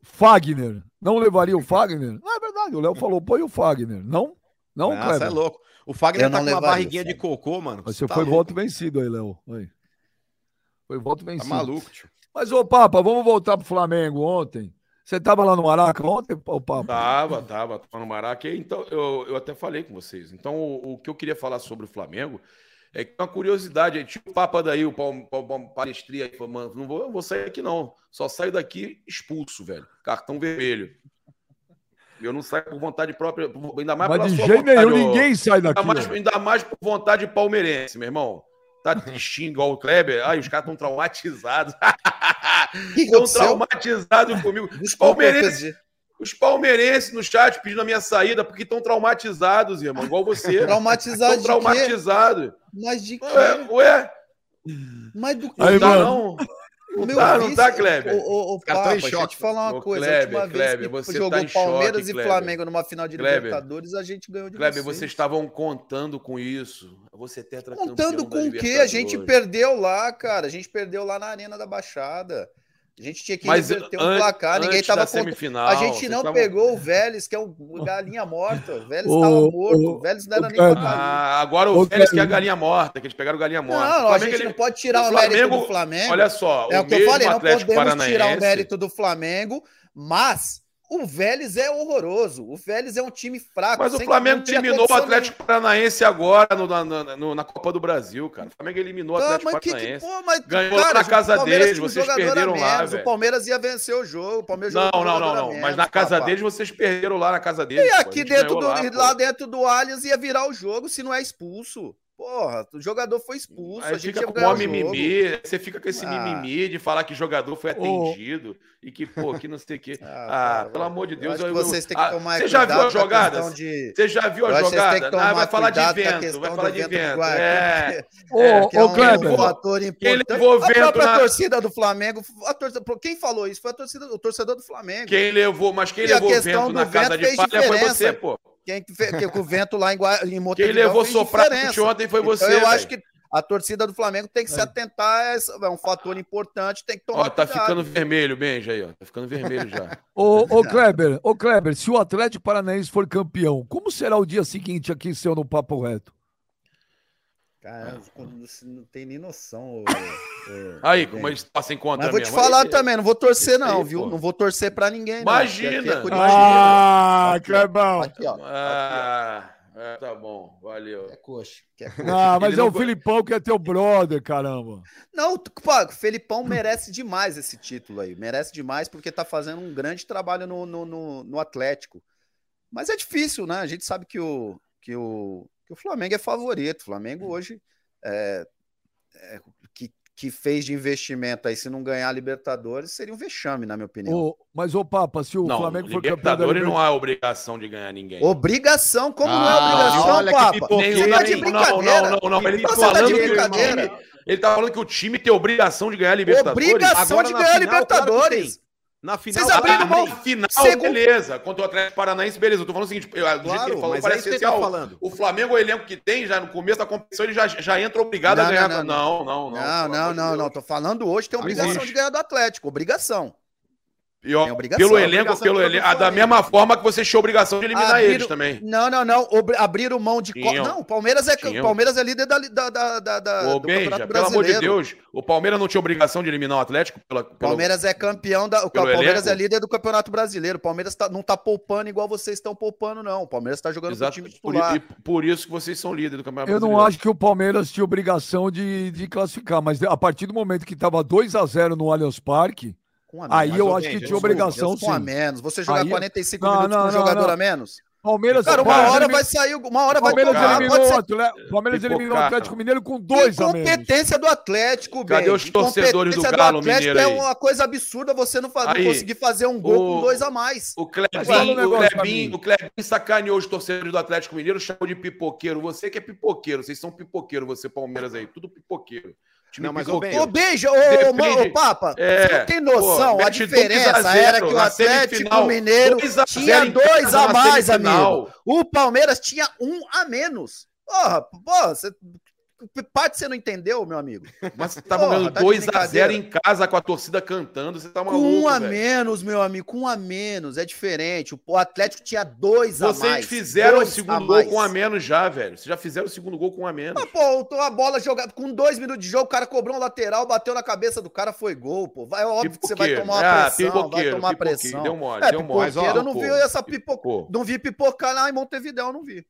A: Fagner. Não levaria o Fagner? Não, é verdade. O Léo falou, põe o Fagner. Não? Não,
C: Ah,
A: Kleber?
C: cê é louco. O
D: Eu
C: Fagner tá
D: não
C: com uma
D: levaria,
C: barriguinha de
D: Fábio.
C: cocô, mano.
A: Mas
C: Cê
A: Você
C: tá
A: foi
C: louco,
A: voto vencido aí, Léo. Aí. Foi voto
C: Tá
A: vencido.
C: maluco, tio.
A: Mas, ô Papa, vamos voltar pro Flamengo ontem. Você tava lá no Maraca ontem, ô Papa?
B: Tava, tava, tava no Maraca. Então, eu, eu até falei com vocês. Então, o, o que eu queria falar sobre o Flamengo é que é uma curiosidade. aí Tinha o Papa daí, o pal, pal, pal, palestria aí, falou, mano, não vou, eu vou sair aqui não. Só saio daqui expulso, velho. Cartão vermelho. Eu não saio por vontade própria, por- ainda mais
A: Mas
B: pela
A: de
B: sua
A: jeito
B: vontade,
A: nenhum,
B: ô-
A: ninguém sai daqui.
B: Ainda Tá mais,
A: ó.
B: ainda mais por vontade palmeirense, meu irmão. Tá tristinho igual o Kleber. Ai, os caras estão traumatizados.
D: O que
B: Estão
D: aconteceu?
B: traumatizados comigo.
D: Desculpa, eu
B: Palmeirense.
D: perdi.
B: Os palmeirenses no chat pedindo a minha saída porque estão traumatizados, irmão. Igual você. Estão
D: Traumatizado de quê?
B: traumatizados.
D: Mas de quê?
B: Ué, ué,
D: Mas do quê?
B: não
A: Aí,
B: tá,
A: mano.
B: não.
D: Meu é
B: tá, não
D: vice-
B: tá, Kleber?
D: Ô, ô, ô,
C: caras tão
D: Papa,
C: em
D: deixa eu te
C: choque.
D: falar uma
B: Ô,
D: coisa. a
B: Kleber,
D: última
B: Kleber,
D: vez
B: você
D: que
B: tá
D: jogou
B: em
D: Palmeiras
B: choque,
D: e
B: Kleber.
D: Flamengo numa final de
B: Kleber.
D: Libertadores, a gente ganhou de
B: Kleber,
D: vocês.
B: vocês estavam contando com isso. Você é tetracampeão
D: Contando
B: da
D: com o quê? A
B: Libertadores.
D: gente perdeu lá, cara. A gente perdeu lá na Arena da Baixada. A gente tinha que
B: Mas
D: reverter
B: an-
D: um placar, ninguém
B: antes da
D: tava contando.
B: semifinal.
D: A gente
B: vocês
D: não
B: estavam-
D: pegou o Vélez, que é o galinha morta. O Vélez
A: Ô,
D: estava
A: ô,
D: morto. O Vélez não era
A: ô,
D: nem pra
A: Kleber.
D: cair.
B: Ah, agora o
A: Ô,
B: Vélez que é a
A: Kleber.
B: galinha morta, que eles pegaram galinha
D: Não,
B: morta.
D: não,
B: O
D: a
B: Flamengo,
D: gente
B: ele-
D: não pode tirar o,
B: o
D: mérito
B: Flamengo-
D: do Flamengo.
B: Olha só,
D: é o que eu
B: mesmo
D: falei, não
B: Atlético
D: podemos tirar o
B: Paranaense-
D: mérito do Flamengo, mas o Vélez é horroroso. O Vélez é um time fraco.
B: Mas o
D: sem-
B: Flamengo
D: não tem
B: eliminou o
D: condição
B: Atlético Paranaense agora no- na, na- no- na Copa do Brasil, cara. O Flamengo eliminou o
D: Ah,
B: Atlético
D: mas que, que
B: Paranaense.
D: pô, mas,
B: Ganhou na
D: o
B: casa
D: Palmeiras
B: deles,
D: tinha um
B: vocês
D: jogador a
B: perderam lá,
D: menos,
B: velho.
D: O Palmeiras ia vencer o jogo, o Palmeiras
B: Não,
D: jogou com
B: não, não,
D: um jogador a
B: não.
D: menos,
B: Mas na casa
D: rapaz.
B: deles vocês perderam lá na casa deles.
D: E
B: pô. A
D: aqui
B: gente
D: dentro
B: ganhou
D: do, lá,
B: pô.
D: dentro do Allianz ia virar o jogo se não é expulso. Porra, o jogador foi expulso,
B: Aí
D: a gente
B: fica
D: ia
B: com
D: ganhar
B: mó
D: o jogo.
B: mimimi, você fica com esse
D: Ah.
B: mimimi de falar que jogador foi atendido e que, pô, que não sei o quê. Ah,
D: cara,
B: pelo amor de
D: eu
B: Deus.
D: acho que
B: eu-
D: vocês têm que
B: ah,
D: tomar
B: Você já viu a
D: cuidado com a
B: jogada?
D: questão de-
B: Você já viu
D: Eu
B: a
D: acho que vocês têm
B: jogada?
D: que
B: Ah,
D: tomar
B: vai falar de
D: cuidado com a
B: vento, vai
D: questão
B: falar
D: do
B: de
D: vento do
B: vento.
D: Guarani.
B: É.
A: Ô,
B: É,
D: que é
A: ô,
D: um
A: Kleber,
D: fator importante.
B: levou
D: a
B: vento
D: própria
B: na-
D: torcida do Flamengo, a torcida, quem falou isso foi a torcida, o torcedor do Flamengo.
B: Quem levou, mas quem
D: E a
B: levou o
D: questão
B: vento
D: do
B: na casa
D: vento
B: de
D: fez
B: palha foi
D: diferença.
B: você, pô.
D: Quem que fe- que- que o vento lá em, Gua- em
B: Quem
D: Montevideo
B: levou
D: fez
B: soprar
D: diferença.
B: ontem foi você.
D: então, eu
B: velho.
D: acho que a torcida do Flamengo tem que se atentar, a essa- é um fator importante, tem que tomar
B: Ó, tá
D: cuidado.
B: ficando vermelho, Benja aí, ó. Tá ficando vermelho já.
A: ô, ô, Kleber, ô, Kleber, se o Atlético Paranaense for campeão, como será o dia seguinte aqui seu no Papo Reto?
D: Cara, não- não tem nem noção. ô- ô-
B: Aí,
D: ô,
B: como a
D: gente.
B: gente passa em conta
D: Tá Mas vou te
B: mesmo.
D: falar
B: Aí,
D: também, não vou torcer não,
B: aí,
D: viu?
B: pô.
D: Não vou torcer pra ninguém não.
B: Imagina!
D: Porque aqui é Curitiba.
A: Ah,
D: Aqui, ó.
A: Clebão!
D: Aqui, ó.
B: Ah, é, tá bom, valeu.
D: É coxa. que é coxa.
A: Ah, mas
B: Ele
A: é
B: não
A: o
B: go-
A: Filipão que é teu brother, caramba.
D: Não, tu- pô, o Felipão merece demais esse título aí. Merece demais porque tá fazendo um grande trabalho no, no, no- no Atlético. Mas é difícil, né? A gente sabe que o, que o, que o Flamengo é favorito. O Flamengo hoje é, é, que, que fez de investimento aí, se não ganhar a Libertadores, seria um vexame, na minha opinião.
A: Ô, mas, ô Papa, se o
B: não,
A: Flamengo for campeão da
B: Libertadores
A: Libertadores...
B: não há obrigação de ganhar ninguém.
D: Obrigação, como não é
C: Ah,
D: obrigação,
C: olha que
D: Papa?
C: pipoqueiro,
D: Você tá de
B: hein?
D: brincadeira.
B: Não, não, não, não. Ele tá
D: Você
B: falando
D: tá de
B: que o time-
D: brincadeira.
B: Ele tá falando que o time tem obrigação de ganhar a é Libertadores.
D: Obrigação
C: Agora,
D: de
C: na
D: ganhar a
C: final, claro que
D: Libertadores.
C: tem. Na final,
D: Vocês abriram
B: Ah,
C: claro que
D: mão-
B: no
C: tem.
B: final,
D: Segundo-
B: beleza. Contra o Atlético Paranaense, beleza. Eu tô falando o seguinte, eu, do jeito que ele
C: Claro,
B: falou,
C: mas é isso
B: parece
C: que ele
B: que
C: tá
B: ah, o-
C: falando.
B: o Flamengo, o elenco que tem, já no começo da competição, ele já, já entra obrigado
D: Não,
B: a ganhar.
D: não,
B: Não, não,
D: não.
B: não.
D: Não,
B: pelo
D: não,
B: amor de
D: não,
B: Deus.
D: não. Tô falando hoje, tem obrigação
C: existe.
D: de ganhar do Atlético. Obrigação.
B: E, ó,
D: Tem obrigação,
B: pelo
D: é
B: elenco,
C: obrigação
B: pelo
C: do
B: elenco. ah, Da
C: Flamengo.
B: mesma forma que você tinha obrigação de eliminar
D: Abriram-
B: eles também.
D: Não, não, não. Obri- abriram mão de. Co...
B: Tinham.
D: Não, o Palmeiras é,
B: Tinham.
D: o Palmeiras é líder da, da, da, da, da-
B: Ô,
D: do
B: Benja, pelo amor de Deus, o Palmeiras não tinha obrigação de eliminar o Atlético? Pela, pelo-
D: O Palmeiras é campeão da. O
B: pelo
D: Palmeiras
B: elenco?
D: é líder do Campeonato Brasileiro. O Palmeiras tá- não tá poupando igual vocês estão poupando, não. O Palmeiras tá jogando
B: Exato,
D: com o time
B: por,
D: titular.
B: e por isso que vocês são líderes do Campeonato
A: Eu não
B: Tá Brasileiro.
A: acho que o Palmeiras tinha obrigação de, de classificar, mas a partir do momento que estava 2 a 0 no Allianz Parque,
D: Com a
A: aí
D: menos.
A: eu
C: ô,
A: acho que
C: gente,
A: tinha
D: Desculpa,
A: obrigação
D: Deus, Com a
A: sim.
D: menos. Você jogar
A: Aí-
D: 45
A: Não,
D: minutos
A: não,
D: com um
A: não,
D: jogador
A: não.
D: a menos?
A: Palmeiras,
D: Cara, uma
A: Palmeiras
D: hora
A: elimi-
D: vai sair. Uma hora vai
A: Palmeiras
D: tomar.
A: eliminou,
D: Pode
A: o
D: ser
A: Atlético, Palmeiras
B: Pipocar.
A: eliminou o Atlético Mineiro com dois a menos.
D: Incompetência do Atlético,
B: Cadê
D: velho.
B: os torcedores do
D: Incompetência
B: Galo
D: Atlético
B: Mineiro
D: É
B: aí?
D: uma coisa absurda você não, fa- não
B: Aí,
D: conseguir fazer um gol com
B: o-
D: dois a mais.
B: O
A: fala um
B: Clebinho,
A: negócio
B: o,
A: pra mim.
B: Clebinho, o Clebinho sacaneou os torcedores do Atlético Mineiro, chamou de pipoqueiro. Você que é pipoqueiro, vocês são pipoqueiro, você Palmeiras aí, tudo pipoqueiro. Time
C: Não, mas, ô,
B: pipoqueiro.
C: Benja,
D: Ô, beijo, ô,
B: Depende-
D: mano, ô, Papa.
B: É,
D: você não tem noção,
B: pô,
D: a
B: mete
D: diferença
B: 2 a 0
D: era que o
B: na
D: Atlético
B: semifinal,
D: Mineiro
B: 2 a 0
D: tinha
B: em casa
D: dois a
B: na
D: mais,
B: semifinal.
D: amigo. O Palmeiras tinha um a menos. Porra, porra, você... que parte você não entendeu, meu amigo?
B: Mas você tava
D: Porra,
B: ganhando
D: tá de
B: 2x0
D: brincadeira.
B: em casa com a torcida cantando, você tá
D: Com
B: maluco,
D: um a
B: velho.
D: menos, meu amigo, com um a menos, é diferente. O- O Atlético tinha dois a mais.
B: Vocês fizeram o
D: dois
B: segundo
D: mais.
B: gol com um a menos já, velho. Vocês já fizeram o segundo gol com um a menos.
D: Mas, pô, tô a bola jogada com dois minutos de jogo, o cara cobrou um lateral, bateu na cabeça do cara, foi gol, pô. Vai, é óbvio que você vai
B: Pipoqueiro.
D: tomar uma
B: Ah,
D: pressão, vai
B: pipoqueiro,
D: tomar
B: pipoqueiro.
D: pressão.
C: um
B: Deu mole,
D: é,
B: deu
D: pipoqueiro,
B: mole.
D: eu não vi
B: Pipocou.
D: essa pipoca.
B: Pipocou.
D: Não vi pipocar lá em Montevidéu, eu não vi.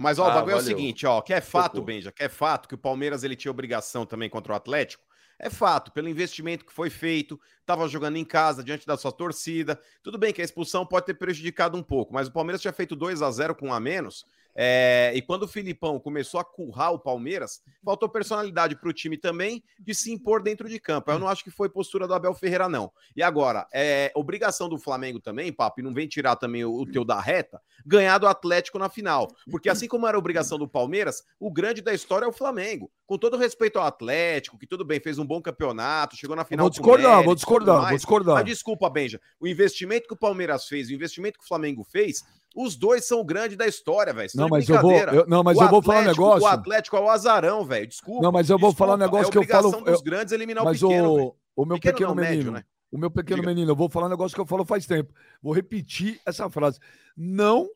C: Mas ó, o
B: Ah,
C: bagulho é o
B: valeu.
C: seguinte, ó, que é fato,
B: Tocou.
C: Benja, que é fato que o Palmeiras ele tinha obrigação também contra o Atlético. É fato, pelo investimento que foi feito, tava jogando em casa diante da sua torcida. Tudo bem que a expulsão pode ter prejudicado um pouco, mas o Palmeiras tinha feito 2 a 0 com um a menos. é, e quando o Filipão começou a currar o Palmeiras, faltou personalidade pro time também de se impor dentro de campo. Eu não acho que foi postura do Abel Ferreira, não. E agora, é obrigação do Flamengo também, papo, e não vem tirar também o, o teu da reta, ganhar do Atlético na final. Porque assim como era obrigação do Palmeiras, o grande da história é o Flamengo. Com todo respeito ao Atlético, que tudo bem, fez um bom campeonato, chegou na final.
A: Vou
C: com
A: discordar,
C: mérito
A: vou
C: e tudo
A: discordar, vou
C: mais.
A: discordar.
C: Mas desculpa, Benja. O investimento que o Palmeiras fez, o investimento que o Flamengo fez, os dois são o grande da história, velho. Isso
A: Não,
C: é
A: mas eu vou,
C: brincadeira.
A: eu- não, mas
C: O
A: eu vou falar um
C: Atlético-
A: negócio.
C: O Atlético é o azarão, velho. Desculpa.
A: Não, mas eu vou
C: desculpa.
A: falar um negócio
C: é
A: que eu falo-
C: obrigação dos
A: eu-
C: grandes eliminar
A: Mas
C: o pequeno, velho.
A: o, o meu
C: Pequeno
A: pequeno é
C: não, médio,
A: menino,
C: né?
A: o meu pequeno
C: Diga.
A: menino, eu vou falar um negócio que eu falo faz tempo. Vou repetir essa frase. Não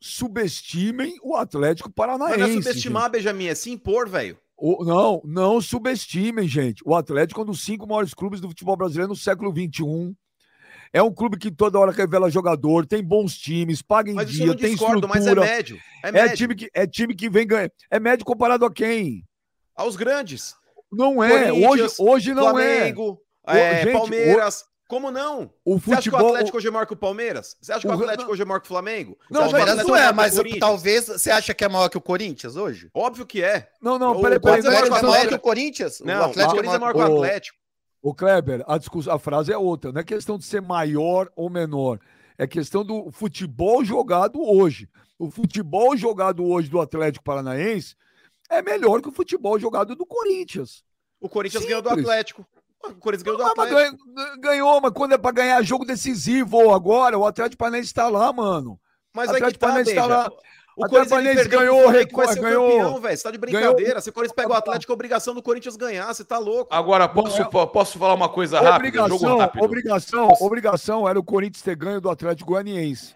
A: subestimem o Atlético
C: Mas
A: Paranaense.
C: não é
A: gente.
C: subestimar, Benjamin, é se impor, velho.
A: O- não, não subestimem, gente. O Atlético é um dos cinco maiores clubes do futebol brasileiro no século XXI. É um clube que toda hora revela jogador, tem bons times, paga em
C: Mas isso eu
A: dia,
C: não
A: tem
C: discordo, mas é
A: estrutura.
C: médio. É,
A: É,
C: médio.
A: time que, é time que vem ganhar. É médio comparado a quem?
C: Aos grandes.
A: Não é. Hoje,
C: Corinthians,
A: hoje não
C: Flamengo,
A: Ô,
C: é,
A: gente,
C: Palmeiras. Como não?
A: é. O
C: Você acha que o
A: futebol.
C: Atlético hoje é maior que o Palmeiras? Você acha que o
A: o-
C: Atlético hoje é maior que o Flamengo? Você
A: Não,
C: acha que o
A: mas-
D: Palmeiras
C: Atlético
D: não
C: hoje maior que
D: é,
C: o
D: mas
C: Corinthians?
D: talvez você acha que é maior que o Corinthians hoje?
C: Óbvio que é.
A: Não, não, peraí,
C: O
D: O
A: peraí.
C: Atlético
A: nós
D: Atlético é
A: estamos-
D: maior que o Corinthians?
C: Não,
D: o
C: o
D: Atlético
C: Corinthians é maior que
A: maior-
C: o
A: o-
C: Atlético.
A: Ô, Kleber, a, discuss... a frase é outra. Não é questão de ser maior ou menor. É questão do futebol jogado hoje. O futebol jogado hoje do Atlético Paranaense é melhor que o futebol jogado do Corinthians.
C: O Corinthians ganhou do
A: Simples.
C: Atlético. O Corinthians ganhou do
A: Ah, mas
C: Atlético.
A: ganha- ganhou, mas quando é pra ganhar jogo decisivo agora, o Atlético Paranaense tá lá, mano.
C: Mas aí que
A: Atlético
C: tá,
A: Paranaense tá
C: Benja.
A: lá.
C: O
A: Atlético
C: Corinthians ele
A: Paranaense
C: perdeu pro
A: ganhou,
C: Flamengo, que vai
A: recu-
C: ser o
A: ganhou.
C: campeão, velho. Você tá de
A: Ganhou.
C: brincadeira. Se o Corinthians pega o Atlético, é obrigação do Corinthians ganhar. Você tá
D: Ah,
C: louco.
B: Agora, posso,
A: Não,
B: po- posso falar uma coisa rápida?
A: Obrigação, obrigação, obrigação era o Corinthians ter ganho do Atlético Goianiense.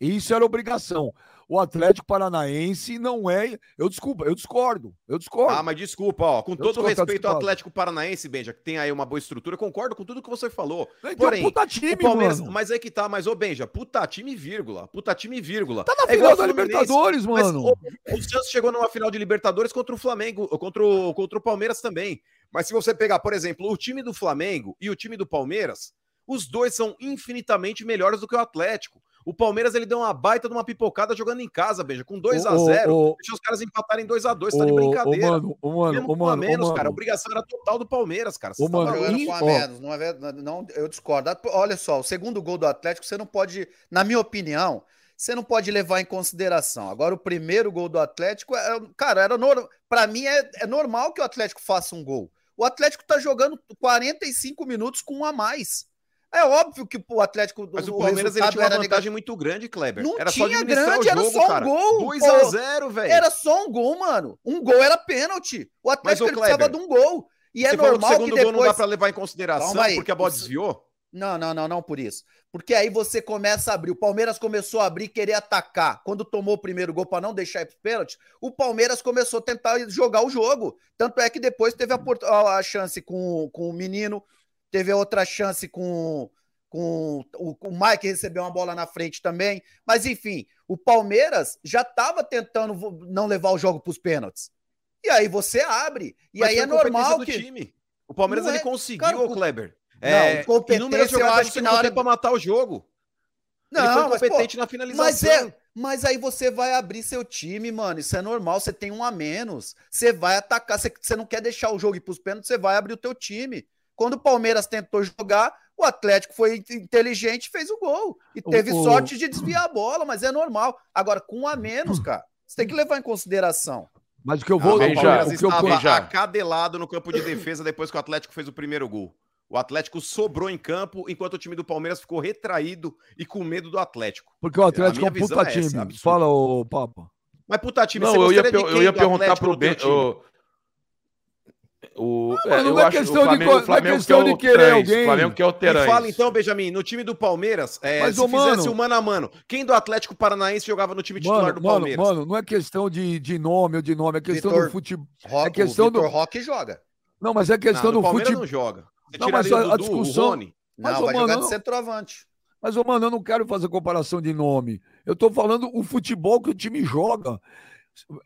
A: Isso era obrigação. O Atlético Paranaense não é. Eu desculpa, eu discordo. Eu discordo.
C: Ah, mas desculpa, ó. Com todo
A: sou
C: o respeito ao
A: desculpado.
C: Atlético Paranaense, Benja, que tem aí uma boa estrutura, eu concordo com tudo que você falou.
A: Tem
C: porém,
A: um puta
C: O
A: time,
C: Palmeiras,
A: mano.
C: mas aí que tá, mas ô Benja, puta time, vírgula, puta time, vírgula.
A: Tá na
C: É
A: final
C: igual
A: da
C: ao Fluminense,
A: Libertadores,
C: mas,
A: mano.
C: ô, o Santos chegou numa final de Libertadores contra o Flamengo, ou contra o, contra o Palmeiras também. Mas se você pegar, por exemplo, o time do Flamengo e o time do Palmeiras, os dois são infinitamente melhores do que o Atlético. O Palmeiras ele deu uma baita de uma pipocada jogando em casa, Benja, com 2 a
A: Ô, ô,
C: 0
A: ô,
C: Deixa os caras empatarem 2 a 2
A: ô,
C: tá de
A: ô,
C: brincadeira.
A: mano, ô, mano,
C: Mesmo
A: ô,
C: com a
A: mano, ô,
C: menos, cara. A
A: mano.
C: obrigação era total do Palmeiras, cara. tá
A: Ô, mano,
C: maluco.
A: e-
D: Jogando com a
A: ó.
D: menos, não é verdade. Não, eu discordo. Olha só, o segundo gol do Atlético, você não pode, na minha opinião, você não pode levar em consideração. Agora, o primeiro gol do Atlético, é- cara, era normal. Pra mim, é, é normal que o Atlético faça um gol. O Atlético tá jogando 45 minutos com um a mais. É óbvio que o Atlético.
C: Mas o Palmeiras ele
D: resultado
C: tinha uma
D: era
C: vantagem
D: negativo.
C: muito grande, Kleber.
D: Não
C: era só
D: tinha
C: administrar
D: grande,
C: o
D: era
C: jogo,
D: só um
C: cara.
D: gol,
C: 2
D: pô.
C: a 0 velho.
D: Era só um gol, mano. Um gol era pênalti. O Atlético
C: ô,
D: ele precisava de
C: Kleber,
D: um gol. E é
C: Você falou que
D: normal
C: o
D: que
C: segundo gol não dá
D: depois.
C: pra levar em consideração
D: Calma aí.
C: porque a bola
D: Isso-
C: desviou?
D: Não, não, não, não por isso. Porque aí você começa a abrir. O Palmeiras começou a abrir, querer atacar. Quando tomou o primeiro gol para não deixar ir pro pênalti, o Palmeiras começou a tentar jogar o jogo. Tanto é que depois teve a, por- a- a chance com, com o menino, teve a outra chance com, com o, com o Mike recebeu uma bola na frente também. Mas enfim, o Palmeiras já estava tentando vo- não levar o jogo para os pênaltis. E aí você abre. E
C: Mas
D: aí
C: foi
D: é
C: incompetência
D: normal
C: do
D: que.
C: time. O Palmeiras
D: Não
C: ele
D: é-
C: conseguiu, É,
D: cara,
C: o
D: o-
C: Competência
D: Não, competência eu acho que na hora.
C: para matar o jogo. ele foi
D: Não, mas, pô,
C: competente na finalização.
D: Mas é, mas aí você vai abrir seu time, mano. Isso é normal. Você tem um a menos. Você vai atacar. Você, você não quer deixar o jogo ir pros pênaltis, você vai abrir o teu time. Quando o Palmeiras tentou jogar, o Atlético foi in- inteligente e fez o gol. E
A: O-
D: teve
A: o-
D: sorte de desviar a bola, mas é normal. Agora, com um a menos, cara, você tem que levar em consideração.
A: Mas o que eu
C: Ah,
A: vou.
C: mas
B: Bem
A: o
C: o
A: que
B: já,
C: Palmeiras
A: eu- o que eu-
C: estava
B: bem já.
C: acadelado no campo de defesa depois que o Atlético fez o primeiro gol. O Atlético sobrou em campo, enquanto o time do Palmeiras ficou retraído e com medo do Atlético.
A: Porque o Atlético é
C: minha
A: um
C: visão
A: puta
C: é essa, é um
A: time.
C: absurdo.
A: Fala, ô Papa.
C: Mas puta time,
B: Não, eu ia,
C: gostaria de
B: per-
C: quem
B: eu ia
C: do
B: perguntar
C: Atlético
B: pro
C: no teu
B: Ben.
C: time?
B: o- O,
A: mas
B: é,
A: não
B: eu
A: é
B: acho que o
A: questão de
B: Flamengo-
A: co-
B: o
A: não é
B: Flamengo
A: questão
B: quer
A: de
B: o
A: querer
B: Terãs,
A: alguém.
B: O Flamengo quer o
C: Me
B: Terães.
C: fala então, Benjamin, no time do Palmeiras, é,
A: Mas,
C: se
A: ô,
C: fizesse
A: mano-
C: o mano a mano, quem do Atlético Paranaense jogava no time titular do
A: mano,
C: Palmeiras?
A: Mano, não é questão de, de nome ou de nome, é questão
D: Vitor.
A: do futebol.
D: Rock,
A: É questão
D: o Vitor
A: do-
D: Roque joga.
A: Não, mas é questão
C: Não, no
A: do
C: Palmeiras
A: futebol.
C: não joga. Você
A: Não,
C: tiraria
A: mas a-
C: o
A: a
C: Dudu,
A: discussão-
C: o Rony.
D: Não,
A: Mas, ô,
D: vai
A: mano,
D: jogar
A: não-
D: de centroavante.
A: Mas, ô, mano, eu não quero fazer comparação de nome. Eu tô falando o futebol que o time joga.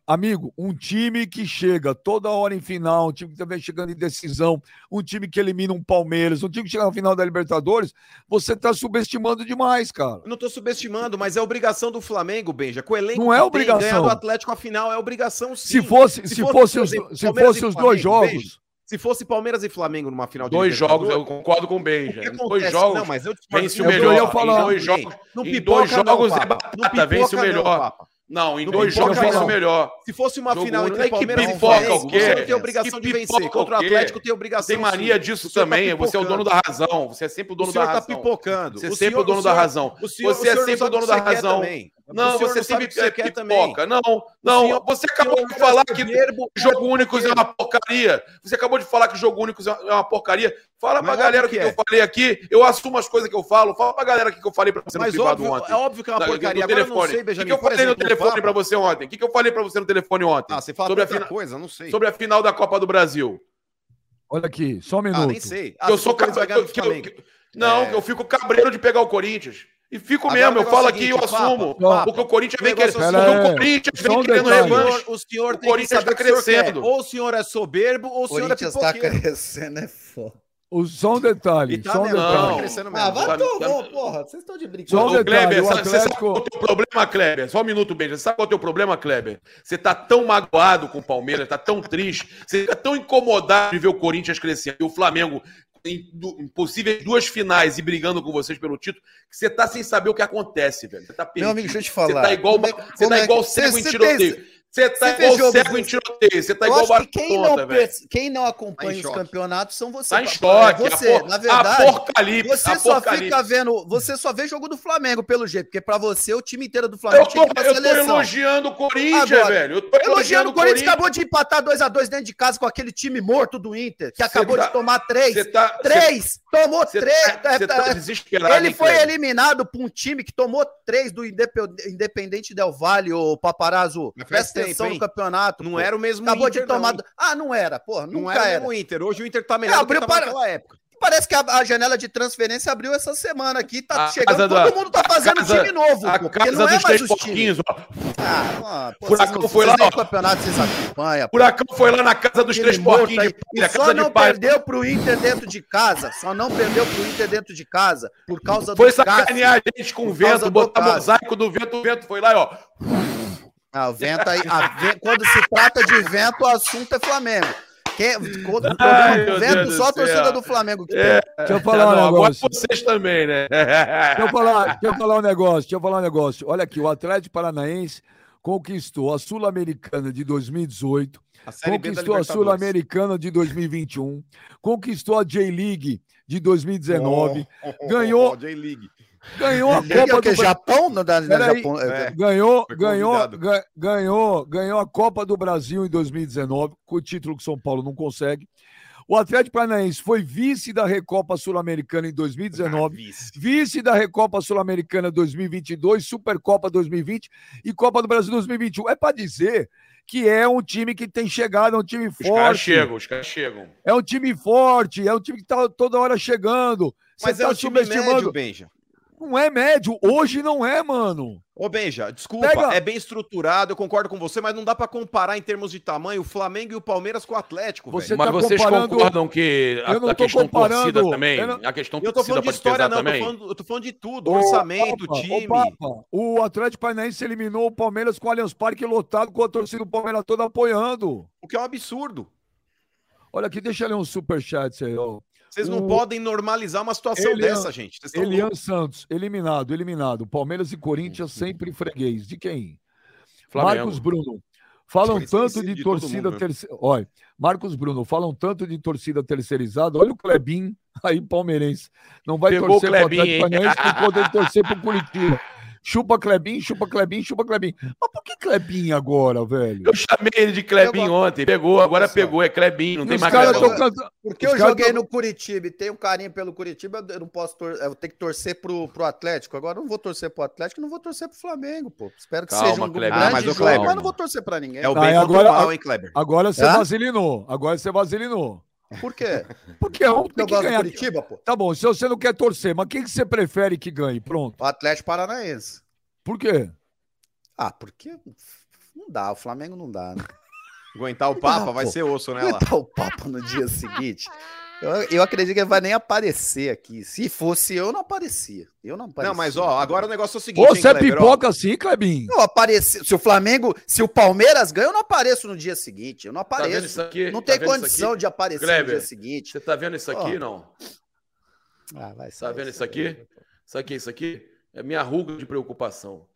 A: Amigo, um time que chega toda hora em final, um time que também chegando em decisão, um time que elimina um Palmeiras, um time que chega na final da Libertadores, você tá subestimando demais, cara.
C: Eu Não tô subestimando, mas é obrigação do Flamengo, Benja. Com o elenco
A: Não é
C: que tem,
A: obrigação.
C: ganhar do Atlético a final é obrigação sim.
A: Se fosse, se,
C: Se fosse,
A: fosse,
C: por
A: os,
C: exemplo,
A: se
C: Palmeiras
A: fosse
C: e
A: os dois
C: Flamengo,
A: jogos,
C: veja, Se fosse Palmeiras e Flamengo numa final de
B: Dois jogos,
C: Libertadores,
B: eu concordo com o Benja.
C: o que
B: Em
C: acontece?
B: Dois jogos,
C: Não, mas eu
B: vence o
A: eu
B: melhor.
A: ia falar,
B: em dois
C: Ninguém.
B: jogos,
C: Não
B: em
C: pipoca
B: dois
C: não,
B: jogos é
C: Papa. Não
B: batata, vence o
C: pipoca não,
B: melhor.
C: Papa.
B: não, em
C: Não
B: dois
C: pipoca
B: jogos vence
A: não.
B: o melhor.
C: Se fosse uma
B: Jogo
C: final
B: único,
C: entre
B: é que
C: Palmeiras e
D: pipoca
C: Flamengo,
B: o quê?
C: você não tem obrigação
B: Que
C: de vencer.
B: pipoca
C: Contra o
B: o quê?
C: Atlético tem obrigação
B: Tem mania
C: sim.
B: disso
C: Assim, O senhor
B: também.
C: tá
B: você é o dono
C: pipocando.
B: da razão. Você é sempre o
C: O
B: dono
C: senhor
B: da
C: tá
B: razão.
C: pipocando.
B: Você é
C: senhor-
B: sempre o dono da
C: senhor-
B: razão.
C: o senhor-
B: Você é
C: o senhor
B: sempre
C: sabe
B: o dono
C: que você
B: da
C: quer
B: razão.
C: também.
B: Não,
C: O senhor
B: você
C: sabe
B: sempre
C: que você
B: é
C: quer também.
B: pipoca. Não,
C: O
B: não.
C: senhor-
B: você
C: o senhor
B: acabou de
C: fica
B: falar que
C: soberbo,
B: jogo único é uma porcaria. Você acabou de falar que jogo único é uma porcaria. Fala
C: Mas é
B: pra galera o
C: óbvio
B: que,
C: que
B: eu falei aqui. Eu assumo as coisas que eu falo. Fala pra galera o que que eu falei pra você no
C: Mas
B: privado
C: óbvio,
B: ontem.
C: é óbvio que é uma
B: Da-
C: porcaria.
B: do
C: Agora eu não
B: telefone.
C: sei,
B: O que
C: Benjamin.
B: que eu
C: por
B: falei no
C: exemplo, o
B: telefone
C: Papa-
B: pra você ontem? O que, que eu falei pra você no telefone ontem?
C: Ah, você fala
B: sobre a
C: tanta
B: fina-
C: coisa, não sei.
B: Sobre a final da Copa do Brasil.
A: olha aqui, só um minuto.
C: Ah, nem sei. Ah,
B: Que eu
C: se
B: sou
C: o Corinthians vai
B: cabreiro.
C: ganhar do
B: que eu-
C: Flamengo.
B: que- Não,
C: É.
B: que eu fico cabreiro de pegar o Corinthians. E fico
C: Agora o
B: mesmo, eu
C: negócio
B: falo
C: é o
B: aqui e eu
C: seguinte, Papa,
B: assumo.
C: Papa,
B: Porque o Corinthians vem
C: o negócio
B: querendo.
C: é o
B: Porque o
A: seguinte,
B: Corinthians
A: só
B: vem
A: um
B: querendo
A: detalhe.
B: revanche.
C: O senhor
B: O
C: tem que
B: Corinthians
C: saber
B: tá
C: o que o senhor quer.
B: crescendo.
C: Ou o senhor é soberbo, ou o
D: O
C: senhor é
D: Corinthians tá
C: pipoqueiro.
D: crescendo, é foda.
A: O- Só um detalhe,
C: E tá
A: só um
C: mesmo, tá
A: detalhe.
C: crescendo mesmo.
D: Ah, vai
B: Sabe-
D: tomar,
B: sabe-
D: porra. Vocês estão de brincadeira.
A: Só um
B: Ô,
A: detalhe,
B: Kleber,
A: o
B: sabe- você sabe
A: Atlético...
B: qual é o teu problema, Kleber? Só um minuto, Benja. Você sabe qual é o teu problema, Kleber? Você tá tão magoado com o Palmeiras, tá tão triste, você fica tão incomodado de ver o Corinthians crescendo e o Flamengo em, du- em possíveis duas finais e brigando com vocês pelo título, que você tá sem saber o que acontece, velho. Você tá perdido.
D: Meu amigo, deixa eu te falar.
B: Você tá igual,
D: Como é-
B: você
D: como
B: tá
D: é-
B: igual
D: Cê-
B: cego em
D: cê
B: tiroteio. Você tá
D: cê fez
B: igual
D: jogo
B: cego em
D: desse-
B: tiroteio. Você tá
D: Eu
B: igual
D: acho que quem não,
B: barata, velho.
D: perce- quem não
C: Tá
D: acompanha
C: em
D: os
C: choque.
D: campeonatos são você.
B: Tá em
D: papai.
B: choque.
D: É
B: a
D: você,
B: por-
D: na verdade.
B: Apocalipse.
D: Você só
B: apocalipse.
D: fica vendo, você só vê jogo do Flamengo pelo jeito, porque pra você o time inteiro do
B: Eu
D: Flamengo
B: tô, eu tô elogiando o Corinthians,
D: Agora,
B: velho. Eu tô
D: Elogiando o Corinthians, acabou de empatar 2 a 2 dentro de casa com aquele time morto do Inter, que
B: Cê
D: acabou
B: tá-
D: de tomar 3.
B: Você tá,
D: três, tomou
B: Você
D: 3.
B: tá, cê tá desesperado.
D: Ele
B: hein,
D: foi
B: Kleber?
D: eliminado por um time que tomou três do Independ- Independente Del Valle, ô Paparazzo.
C: Mas faz
D: Presta atenção
C: tempo, hein?
D: no campeonato.
C: Não
D: pô.
C: era o mesmo
D: Acabou
C: Inter,
D: de tomar.
C: não.
D: Ah, não era, porra.
C: Não
D: Nunca
C: era, o
D: era.
C: mesmo Inter. Hoje o Inter tá melhor do que
D: abriu
C: tava
D: para-
C: naquela época.
D: Parece que a, a janela de transferência abriu essa semana aqui. Tá
B: A
D: chegando,
B: casa
D: todo
B: da-
D: mundo tá fazendo
B: casa-
D: time novo.
B: A
D: pô, porque
B: casa
D: não é
B: dos
D: mais
B: três
D: os times.
B: porquinhos, ó.
D: Ah, mano, pô,
B: Furacão
D: vocês não-
B: foi
D: vocês
B: lá,
D: nem campeonato, vocês acompanham. pô.
B: Furacão foi lá na casa dos
D: Aquele
B: três
D: morto
B: porquinhos.
D: aí.
B: de
D: E
B: palha,
D: só
B: casa
D: não
B: de palha.
D: perdeu pro Inter dentro de casa. Só não perdeu pro Inter dentro de casa. Por causa
B: Foi
D: do Cássio.
B: sacanear a gente com o
D: Por causa
B: vento,
D: do
B: botar
D: Cássio.
B: mosaico do vento, o vento foi lá, e, ó.
D: Ah, o vento aí. a ve- Quando se trata de vento, o assunto é Flamengo. Quem, quando,
B: Ai,
D: o
B: meu
D: vento,
B: Deus
D: só a
B: do céu.
D: torcida do Flamengo. Que
B: É,
A: Deixa eu
C: Tá
A: falar
B: não,
A: um
B: agora
A: negócio.
B: vocês também, né?
A: Deixa eu, falar, deixa eu falar um negócio, deixa eu falar um negócio. Olha aqui, o Atlético Paranaense conquistou a Sul-Americana de 2018,
C: A Série B da
A: conquistou a
C: Libertadores.
A: Sul-Americana de 2021, conquistou a J-League de 2019,
C: Oh, oh, oh,
A: ganhou-
C: oh, J-League.
A: ganhou a
D: Que é
A: Copa
D: o que?
A: do Brasil.
D: Japão? Não, dá- não é
A: Peraí.
D: Japão, é,
C: É.
A: Ganhou,
C: Foi
A: ganhou,
C: convidado.
A: ga- ganhou, ganhou a Copa do Brasil em 2019, com o título que São Paulo não consegue. O Atlético Paranaense foi vice da Recopa Sul-Americana em 2019.
C: Vice.
A: vice da Recopa Sul-Americana 2022, Supercopa 2020 e Copa do Brasil 2021. É para dizer que é um time que tem chegado, é um time
B: Os caras
A: forte.
B: chegam, os caras chegam.
A: É um time forte, é um time que tá toda hora chegando. Você
C: Mas
A: tá
C: é um time
A: subestimando.
C: médio, Benja.
A: Não é médio, hoje não é, mano.
C: Ô, Benja, desculpa,
A: Pega-
C: é bem estruturado, eu concordo com você, mas não dá pra comparar em termos de tamanho o Flamengo e o Palmeiras com o Atlético,
A: Você
C: velho.
A: tá
B: Mas vocês
A: comparando-
B: concordam que
A: Eu não
B: a, a
A: tô
B: questão
A: comparando,
B: torcida também,
A: eu não-
B: a questão
C: Eu tô
B: torcida
C: falando de
B: pode
C: história,
B: pesar
C: não, eu tô
B: também?
C: falando, eu tô falando de tudo,
A: Ô,
C: orçamento,
A: Papa, ô,
C: time.
A: Papa, o Atlético Paranaense eliminou o Palmeiras com o Allianz Parque lotado, com a torcida do Palmeiras toda apoiando.
C: O que é um absurdo.
A: Olha aqui, deixa eu ler um superchat aí, ó.
C: Vocês não
A: O-
C: podem normalizar uma situação
A: Elian-
C: dessa, gente. Vocês estão
A: Elian Santos, eliminado, eliminado. Palmeiras e Corinthians sempre freguês. De quem?
B: Flamengo.
A: Marcos Bruno. Falam
C: Foi
A: tanto
C: esquecido
A: de,
C: de todo
A: torcida
C: mundo, né?
A: terceirizada. Olha, Marcos Bruno, falam tanto de torcida terceirizada. Olha o Clebin aí, palmeirense. Não vai
B: Pegou o
A: torcer pro
B: Clebin,
A: Atlético
B: hein?
A: Paranaense por poder torcer pro Curitiba. Chupa Clebin, chupa Clebin, chupa Clebin. Mas por que Clebin agora, velho?
B: Eu chamei ele de Clebinho
D: Pegou.
B: ontem. Pegou, agora
D: Pessoal.
B: pegou. É Clebinho, não
A: E
B: tem
A: os
B: mais Tá
A: caras
B: Clebão.
A: estão cantando.
D: Porque
A: Os
D: eu
A: caras
D: joguei
A: tão-
D: no Curitiba e tenho carinho pelo Curitiba, eu não posso tor- eu tenho que torcer pro, pro Atlético. Agora eu não vou torcer pro Atlético, não vou torcer pro Flamengo, pô. Espero que
B: Calma,
D: seja um
B: Kleber.
D: grande
C: Ah, mas, ô,
D: jogo,
C: Kleber,
D: mas não vou torcer pra ninguém.
C: É o
A: Tá,
C: bem
A: e
C: contra
A: agora-
C: o mal, hein, Kleber?
A: Agora você
D: Hã?
A: vasilinou. Agora você vasilinou.
D: Por quê?
A: Porque é um que
D: Porque eu gosto do
A: ganhar.
D: Curitiba, pô.
A: Tá bom, se você não quer torcer, mas quem que você prefere que ganhe? Pronto.
D: O Atlético Paranaense.
A: Por quê?
D: Ah, porque não dá, o Flamengo não dá, né?
C: Aguentar o Papa
D: Não,
C: vai
D: pô.
C: ser osso, né, lá?
D: Aguentar o papo no dia seguinte. Eu, eu acredito que ele vai nem aparecer aqui. Se fosse eu, não aparecia. Eu não aparecia.
C: Não, mas ó, agora o negócio é o seguinte,
A: Ou você é
C: Kleber, ó.
A: pipoca assim, Clebinho?
D: Eu apareci. Se o Flamengo, se o Palmeiras ganha, eu não apareço no dia seguinte. Eu não
B: Tá vendo
D: apareço.
B: isso aqui?
D: não
B: Tá
D: tem
B: vendo isso
D: condição
B: aqui?
D: de aparecer no
B: Kleber.
D: dia seguinte.
B: Você tá vendo isso aqui,
D: Ó.
B: não?
D: Ah, vai
B: Tá vendo isso aqui? Sabe o que é isso aqui? É minha ruga de preocupação.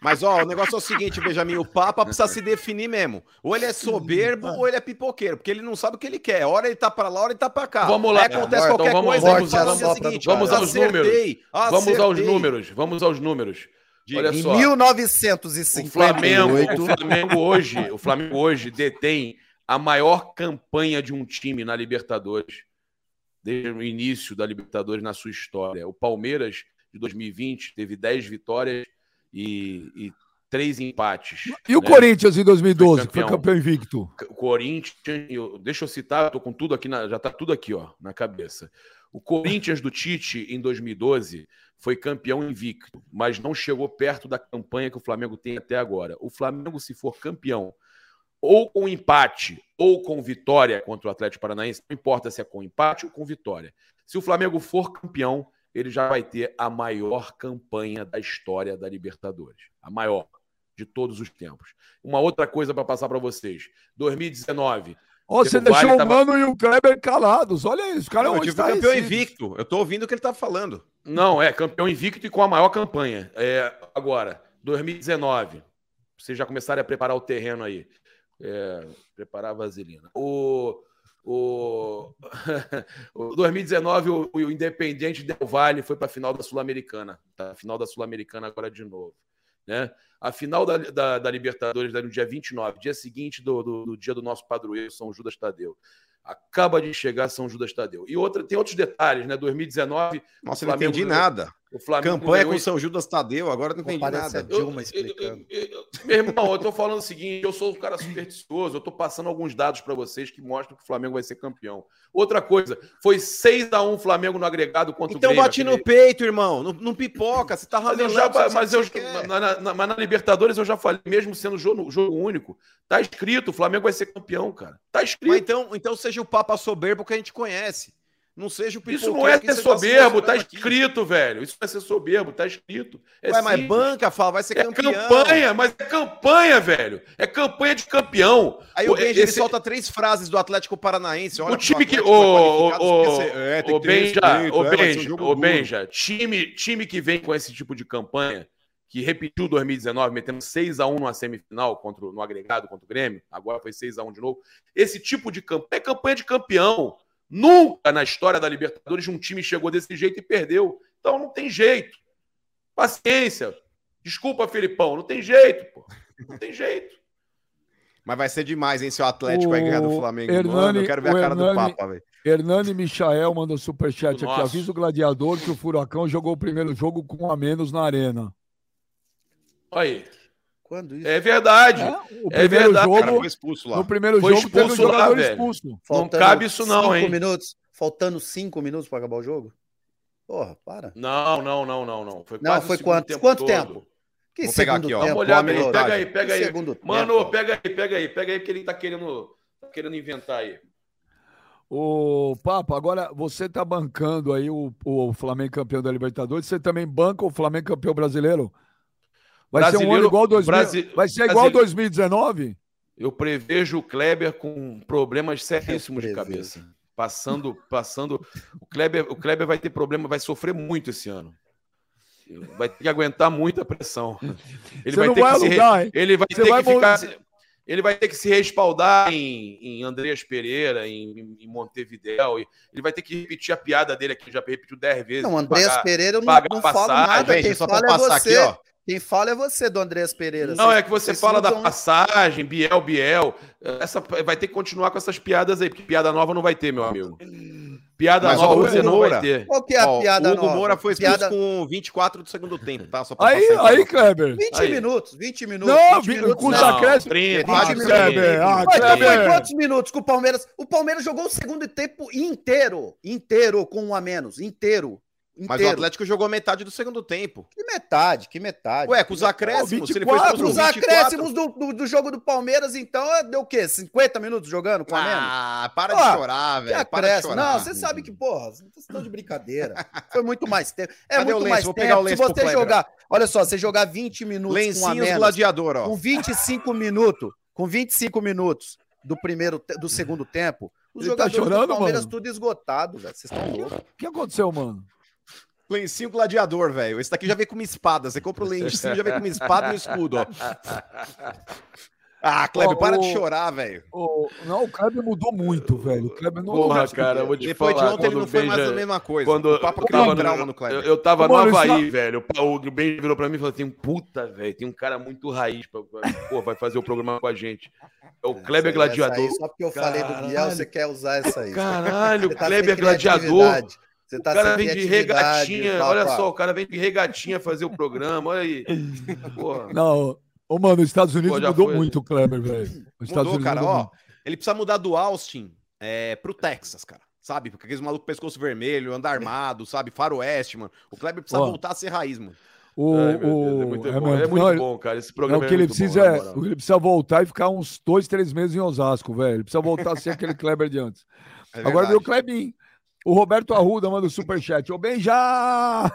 C: Mas ó, o negócio é o seguinte, Benjamin, o Papa precisa se definir mesmo. Ou ele é soberbo ou ele é pipoqueiro, porque ele não sabe o que ele quer. Hora ele tá pra lá, hora ele tá pra cá.
B: Vamos lá,
C: Aí acontece
B: então,
C: qualquer
B: vamos-
C: coisa,
D: vamos-
C: aí ele fala
D: vamos-
C: assim, o seguinte,
B: vamos aos números.
C: acertei,
B: Vamos aos
C: acertei.
B: números. Vamos aos números. Olha
D: Em
B: só.
D: 1958.
B: O Flamengo, o Flamengo hoje, o Flamengo hoje detém a maior campanha de um time na Libertadores desde o início da Libertadores na sua história. O Palmeiras de 2020 teve 10 vitórias e, e três empates.
A: E o
B: né?
A: Corinthians em 2012,
B: Foi
A: que foi
B: campeão.
A: campeão invicto?
B: O Corinthians, eu- deixa eu citar, eu tô com tudo aqui, na- já tá tudo aqui, ó, na cabeça. O Corinthians do Tite em 2012 foi campeão invicto, mas não chegou perto da campanha que o Flamengo tem até agora. O Flamengo, se for campeão, ou com empate, ou com vitória contra o Atlético Paranaense, não importa se é com empate ou com vitória. Se o Flamengo for campeão, ele já vai ter a maior campanha da história da Libertadores. A maior de todos os tempos. Uma outra coisa para passar para vocês. 2019.
A: Ó, você
B: O Vale
A: deixou o
B: tava-
A: Mano e o Kleber calados. Olha isso, é os caras
C: Não, eu
A: hoje
D: tá
C: tive tipo, campeão invicto. Eu tô ouvindo o que ele tá falando.
B: Não, é campeão invicto e com a maior campanha. É, agora, 2019. Vocês já começaram a preparar o terreno aí. É, preparar a vaselina. O, o, o 2019, o, o Independente Del Valle foi para a final da Sul-Americana. Tá? Final da Sul-Americana agora de novo. Né? A final da, da, da Libertadores é no dia 29, dia seguinte do, do, do dia do nosso padroeiro, São Judas Tadeu. Acaba de chegar São Judas Tadeu. E outra, tem outros detalhes, né? 2019 O
C: Nossa, eu não
B: Flamengo
C: entendi
B: ganhou.
C: nada.
B: O Flamengo
C: Campanha
B: ganhou
C: é com
B: em-
C: São Judas Tadeu, agora não entendi
D: Comparece a
C: nada.
D: Dilma
B: Eu- eu-
D: explicando.
B: eu- eu- meu irmão, eu tô falando o seguinte, eu sou um cara supersticioso, eu tô passando alguns dados para vocês que mostram que o Flamengo vai ser campeão. Outra coisa, foi 6 a 1 Flamengo no agregado contra
C: Então
B: o Grêmio.
C: bate no peito, irmão. Não, não pipoca, você tá
B: Mas eu
C: ralando.
B: já, mas, eu, na, na- na- mas na Libertadores eu já falei, mesmo sendo jogo, jogo único, tá escrito, o Flamengo vai ser campeão, cara. Tá escrito.
C: Mas então, então seja o Papa soberbo que a gente conhece. Não seja assim, o pipoca.
B: Isso não é ser soberbo, tá escrito, velho. Isso não é ser soberbo, tá escrito. É
C: Ué, mas
B: simples.
C: banca, fala, vai ser
B: É
C: campeão.
B: campanha, mas é campanha, velho. É campanha de campeão.
C: Aí o
B: Pô,
C: Benji ele
B: esse-
C: solta três frases do Atlético Paranaense. Olha,
B: O time que.
C: Atlético
B: Ô, ô,
C: é
B: ô,
C: qualificado, esquece- é, tem
B: ô,
C: que ter
B: Benja, ô,
C: respeito, é, vai ser um
B: Benja,
C: jogo
B: ô,
C: duro.
B: Benja, time, time que vem com esse tipo de campanha, que repetiu 2019, metendo 6x1 numa semifinal contra, o- no agregado contra o Grêmio, agora foi 6x1 de novo. Esse tipo de campanha é campanha de campeão. Nunca na história da Libertadores um time chegou desse jeito e perdeu. Então não tem jeito. Paciência. Desculpa, Felipão, não tem jeito, pô. Não tem jeito.
C: Mas vai ser demais, hein, se o Atlético vai
A: O
C: ganhar do Flamengo. Mano,
A: Hernani-
C: eu quero ver a
A: o
C: cara do
A: Hernani-
C: Papa, velho.
A: Hernani Michael mandou superchat aqui.
B: Nossa.
A: Avisa o gladiador que o Furacão jogou o primeiro jogo com um a menos na arena.
B: Olha aí.
D: Quando isso?
B: É verdade.
A: É, o primeiro
B: É verdade,
C: O cara
A: jogo.
C: foi expulso lá.
A: No primeiro
B: Foi
A: jogo teve um
B: expulso lá,
A: jogador
B: velho.
A: expulso.
B: Não cabe isso não,
D: cinco
B: hein?
D: Minutos, faltando cinco minutos para acabar o jogo? Porra, para.
B: Não, não, não, não, não. Foi
D: Não,
B: quase o
D: foi
B: segundo
D: quanto- quanto
B: todo.
D: tempo? Que
C: Vou pegar aqui, ó.
B: Dá uma
C: Tempo,
B: olhada
C: homem
B: aí,
C: minutagem.
B: pega aí, pega aí.
D: Segundo tempo,
B: Mano,
D: ó.
B: pega aí, pega aí, pega aí, porque ele tá querendo, tá querendo inventar aí.
A: Ô, Papa, agora você tá bancando aí o, o Flamengo campeão da Libertadores, você também banca o Flamengo campeão brasileiro? Vai ser um ano
B: Brasileiro-
A: igual 2000,
B: Brasi-
A: Vai ser igual
B: Brasi-
A: 2019?
B: Eu prevejo o Kleber com problemas seríssimos de
D: Prevejo.
B: cabeça. Passando, passando. O Kleber, o Kleber vai ter problema, vai sofrer muito esse ano. Vai ter que aguentar muita pressão. Ele
A: você
B: vai
A: não
B: ter
A: vai
B: que se re-
A: alugar, hein?
B: Ele vai
A: Você
B: ter
A: vai
B: que ficar.
A: mol-
B: se- Ele vai ter que se respaldar em, em Andreas Pereira, em, em- em Montevidéu. e- Ele vai ter que repetir a piada dele aqui, já repetiu 10 vezes.
D: Não, Andrés
B: pagar.
D: Pereira, eu não,
B: pagar
D: não falo
B: passagem,
D: nada.
C: Benji,
D: Quem
C: só pra
D: fala é
C: passar
D: você.
C: aqui, ó.
D: Quem fala é você, do Andrés Pereira.
B: Não,
D: Vocês-
B: é que você
D: vocês
B: fala da
D: mudam-
B: passagem, Biel, Biel. Essa, vai ter que continuar com essas piadas aí, porque piada nova não vai ter, meu amigo. Piada
C: Mas, ó,
B: nova
C: o
B: você não
C: Moura-
B: vai ter.
D: Qual que é a
C: Ó,
D: piada
C: o Hugo
D: nova?
C: Moura foi expulso
D: Piada-
C: com 24 do segundo tempo, tá? Só pra
A: Aí,
C: passar
A: aí,
C: informação.
A: Kleber.
D: 20
B: Aí.
D: minutos, 20 minutos.
A: Não,
D: 20
A: vi-
D: minutos,
A: com
D: né?
A: os
C: é
B: é,
A: acréscimos.
B: 30,
D: Ah,
B: 30,
A: Kleber, ah,
D: Mas então foi
A: Kleber.
D: quantos minutos que o Palmeiras. O Palmeiras jogou o segundo tempo inteiro. Inteiro, com um a menos. Inteiro.
C: Mas
D: Inteiro.
C: o Atlético jogou metade do segundo tempo.
D: Que metade, que metade.
C: Ué, com os
A: Ó,
C: acréscimos, se ele foi
A: 24,
C: expulso
D: Quatro,
C: com
D: os
C: 24.
D: acréscimos do, do, do jogo do Palmeiras, então, é- deu o quê? 50 minutos jogando com a menos?
C: Ah, para
D: Ó,
C: de chorar,
D: Que
C: velho. Para de
D: acréscimo.
C: chorar.
D: Não, você sabe que, porra, vocês estão de brincadeira. Foi muito mais tempo. É
C: Cadê o
D: muito
C: lenço?
D: mais
C: Vou
D: tempo.
C: pegar o
D: Se
C: lenço pro
D: você
C: Kleber.
D: jogar, olha só, você jogar 20 minutos com a
C: Lencinhos
D: menos,
C: gladiador, ó.
D: com 25 minutos, com 25 minutos do primeiro te- do segundo tempo, os
A: Ele tá
D: jogadores
A: chorando,
D: do Palmeiras
A: mano?
D: tudo esgotado, velho. Vocês estão loucos.
A: O que aconteceu, mano?
C: Lencinho gladiador, velho. Esse daqui já vem com uma espada. Você compra o lencinho, já vem com uma espada e um escudo, ó. Ah, Kleber,
A: Ó,
C: para
A: o-
C: de chorar, velho.
A: Ô, não, o Kleber mudou muito, velho. O Kleber não
B: Porra,
A: não-
B: cara, eu vou te
C: Depois
B: falar.
C: de ontem ele
B: quando
C: não
B: o
C: foi
B: Benja-
C: mais a mesma coisa.
B: Quando
C: o Papa
B: eu
C: criou
B: tava
C: um
B: no-
C: trauma no Kleber.
B: Eu, eu tava
A: Ô,
B: no
A: Maurício,
B: Havaí,
A: tá-
B: velho. O- O Ben virou pra mim e falou assim: puta, velho, tem um cara muito raiz. Pra, pra- pô, vai fazer o programa com a gente. É o Kleber
D: Essa- essa
B: Gladiador.
D: aí, só porque eu falei do Biel, você quer usar essa aí.
B: Caralho,
D: Você
B: o
D: tá
B: Kleber
D: sem
B: Gladiador.
D: criatividade. Você
B: O
D: tá
B: cara
D: sem
B: vem de
D: criatividade,
B: regatinha.
D: tá,
B: Olha
D: tá.
B: só, o cara vem de regatinha fazer o programa. Olha aí. Porra.
A: Não. Ô, mano, os Estados Unidos
B: Pô, já
A: mudou
B: foi,
A: muito o Kleber, velho. Os Estados
C: Mudou,
A: Unidos
C: cara.
A: mudou
C: Ó,
A: muito.
C: ele precisa mudar do Austin é, pro Texas, cara. Sabe? Porque aqueles malucos pescoço vermelho, andar armado, sabe? Faroeste, mano. O Kleber precisa
A: Ó.
C: voltar a ser raiz, mano.
A: O,
B: Ai, meu Deus,
A: o-
B: é muito,
A: é,
B: bom.
A: mano,
B: É muito
A: não,
B: bom, cara. Esse
A: É
B: programa
A: o que ele
B: muito bom,
A: precisa
B: na
A: é,
B: moral.
A: o que ele precisa voltar e ficar uns dois, três meses em Osasco, velho. Ele precisa voltar a ser aquele Kleber de antes.
C: É
A: Agora
C: verdade.
A: veio o Klebin. O Roberto Arruda manda o superchat. Ô, bem já!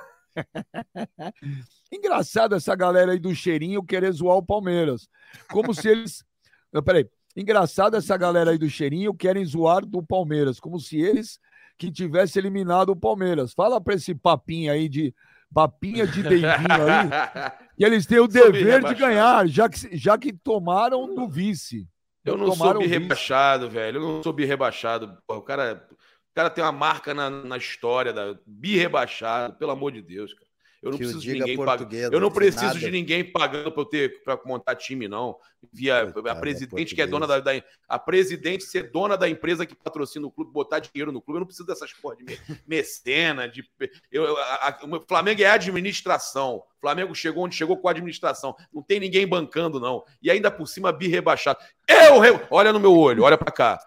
A: Engraçado essa galera aí do cheirinho querer zoar o Palmeiras. Como se eles. Não, Peraí. Engraçado essa galera aí do cheirinho querem zoar do Palmeiras. Como se eles que tivesse eliminado o Palmeiras. Fala pra esse papinho aí de. Papinha de dedinho aí. E eles têm o
B: Sobre
A: dever de
B: rebaixado.
A: ganhar, já que, já que tomaram do vice.
B: Eu não
A: Tomaram um
B: soube
A: o vice.
B: rebaixado, velho. Eu não soube rebaixado. Porra, o, cara, o cara tem uma marca na, na história da bi rebaixado, pelo amor de Deus, cara. Eu não
D: Que o
B: preciso de
D: diga
B: ninguém pagando.
D: português,
B: Eu não
D: diz
B: preciso
D: nada.
B: de ninguém pagando para eu ter para montar time, não. Via
D: Coitado,
B: a presidente que é
D: português.
B: dona da, da- a presidente ser dona da empresa que patrocina o clube, botar dinheiro no clube. Eu não preciso dessas porra de me- mecena, de eu, eu- a- a- o Flamengo é administração. O Flamengo chegou onde chegou com a administração. Não tem ninguém bancando não. E ainda por cima bi rebaixado. Eu re- olha no meu olho, olha para cá.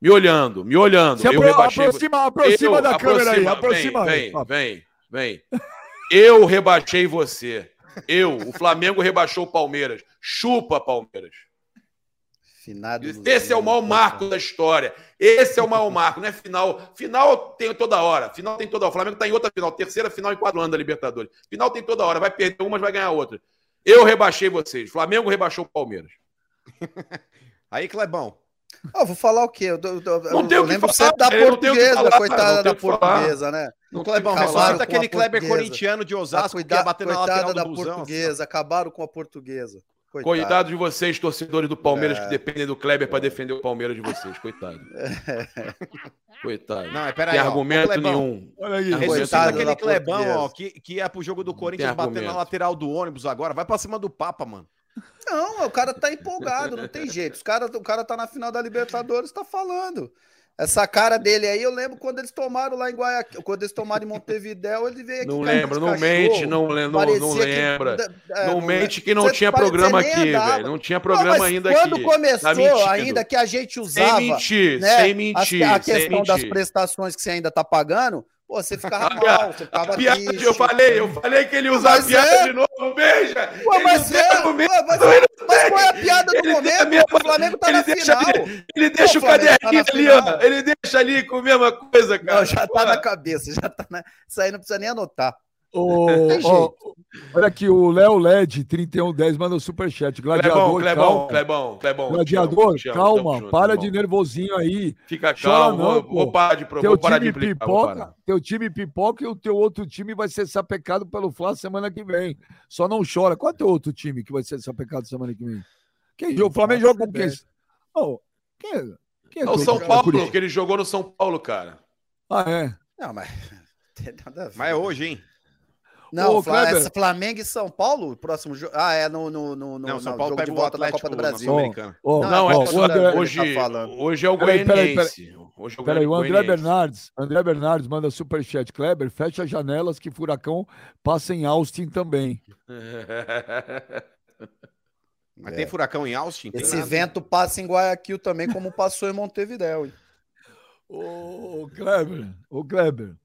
B: Me olhando, me olhando.
A: Se
B: eu
A: apro
B: rebaixei.
A: aproxima, aproxima
B: Eu-
A: da câmera aí, aproxima.
B: Vem,
A: Ah,
B: vem, vem, vem. Eu rebaixei você. Eu, o Flamengo rebaixou o Palmeiras. Chupa, Palmeiras.
D: Finado nos
B: Esse é o
D: anos
B: mau
D: 80.
B: marco da história. Esse é o mau marco, não é final. Final tem toda hora. Final tem toda hora. O Flamengo está em outra final. Terceira final em quatro anos da Libertadores. Final tem toda hora. Vai perder umas, vai ganhar outra. Eu rebaixei vocês. Flamengo rebaixou o Palmeiras.
C: Aí, Clebão.
D: Ó, vou falar o quê? Eu, eu, eu,
B: Não tem o
D: eu
B: que
D: lembro
B: falar,
D: sempre da
B: eu não tenho o que
D: portuguesa,
B: falar,
D: coitada
B: não
D: da
B: tenho o que falar.
D: portuguesa, né?
B: Não
C: Clebão,
D: Acabaram
C: ressalta
D: com a
C: aquele Kleber
D: portuguesa.
C: corintiano de Osasco que ia
D: Cuida...
C: bater na
D: Coitada
C: lateral
D: da
C: do busão. assim.
D: portuguesa, acabaram com a portuguesa. Coitada.
B: Coitado de vocês, torcedores do Palmeiras,
D: É.
B: que dependem do Kleber pra defender o Palmeiras de vocês. Coitado. Coitado. Não
C: Não, é peraí.
B: tem
C: ó. Ô,
B: argumento
C: Clebão,
D: um
B: nenhum.
A: Olha aí.
D: Arroz-
C: Ressuscita
D: Coitado
C: aquele
D: da
C: Clebão,
D: portuguesa.
C: ó, que, que ia pro jogo do Corinthians
B: tem
C: bater na
B: argumento.
C: lateral do ônibus agora. Vai pra cima do Papa, mano.
D: Não, o cara tá empolgado, não tem jeito. Os cara, o cara tá na final da Libertadores, tá falando. Essa cara dele aí, eu lembro quando eles tomaram lá em Guayaquil, quando eles tomaram em Montevidéu, ele veio aqui.
B: Não
D: com a cara de
B: lembro, não
D: cachorro.
B: mente, não, le- não,
D: Parecia
B: não
D: que-
B: lembra.
D: é,
B: não mente que não
D: Você
B: tinha
D: pare-
B: programa
D: você nem
B: aqui,
D: andava.
B: velho. Não tinha programa
D: mas
B: ainda
D: quando
B: aqui. Tá
D: começou
B: mentindo.
D: ainda que a gente usava
B: Sem mentir,
D: né,
B: sem mentir,
D: a, a
B: sem
D: questão das
B: mentir.
D: prestações que você ainda tá pagando, pô, você ficava
B: A piada-
D: mal, você ficava
B: Piada,
D: triste.
B: eu falei, eu falei que ele usa a
D: Mas
B: piada
D: é.
B: de novo, veja!
D: Pô,
B: Ele
D: mas,
B: não tem
D: é,
B: argumento,
D: pô, mas-
B: ele
D: mas
B: tem.
D: qual é a piada do
B: Ele tem a
D: momento?
B: mesma-
D: o Flamengo tá
B: ele
D: na
B: deixa
D: final.
B: Ele deixa
D: Pô,
B: o
D: Flamengo,
B: caderninho
D: tá na
B: ali, ó.
D: final.
B: Ele deixa ali com a mesma coisa, cara.
D: Não, já tá
B: Pô,
D: na cabeça, já tá na... Isso aí não precisa nem anotar.
A: Ô,
D: tem
A: ó, olha aqui, o Léo LED 3110 manda um superchat.
B: Clebão,
A: Gladiador,
B: Clebão,
A: calma.
B: Clebão, Clebão.
A: Gladiador,
B: te amo, te amo,
A: calma.
B: tamo junto,
A: para
B: irmão.
A: de nervosinho aí.
B: Fica
A: Chora
B: calmo,
A: não,
B: vou,
A: pô.
B: vou parar de pro-
A: Teu
B: vou parar de
A: time
B: implicar, vou
A: pipoca,
B: parar.
A: teu time pipoca e o teu outro time vai ser sapecado pelo Fla semana que vem. Só não chora. Qual é teu outro time que vai ser sapecado semana que vem? Quem joga? O Flamengo
D: faço
A: joga com quem?
D: ideia.
A: Ô, quem é? Quem é
B: É o
A: teu
B: São
A: time?
B: Paulo, que ele jogou no São Paulo, cara.
A: Ah, é.
D: Não, mas tem nada a ver.
C: Mas é hoje, hein?
D: Não,
A: Ô,
D: Fla-
A: Kleber.
D: essa Flamengo e São Paulo, o próximo jogo. Ah, é no, no, no, no
C: Não, São
D: no
C: Paulo
D: jogo de
C: pega o
D: volta da Copa
C: Atlético
D: do
C: na
D: Brasil.
C: Sul-Americana.
A: Ó,
D: Não,
B: Não, é,
D: é
A: ó,
D: o
A: o André,
D: Ele
B: hoje,
D: tá falando.
B: hoje é o
A: Peraí, peraí,
B: Goianiense. Hoje é o
A: Peraí, o André
B: Goianiense.
A: Bernardes, André Bernardes manda superchat. Kleber, fecha as janelas que furacão passa em Austin também.
C: Mas
D: É.
C: tem furacão em Austin? Tem
D: Esse
C: nada.
D: vento passa em Guayaquil também, como passou em Montevidéu. hein?
A: Ô, Kleber, ô, Kleber.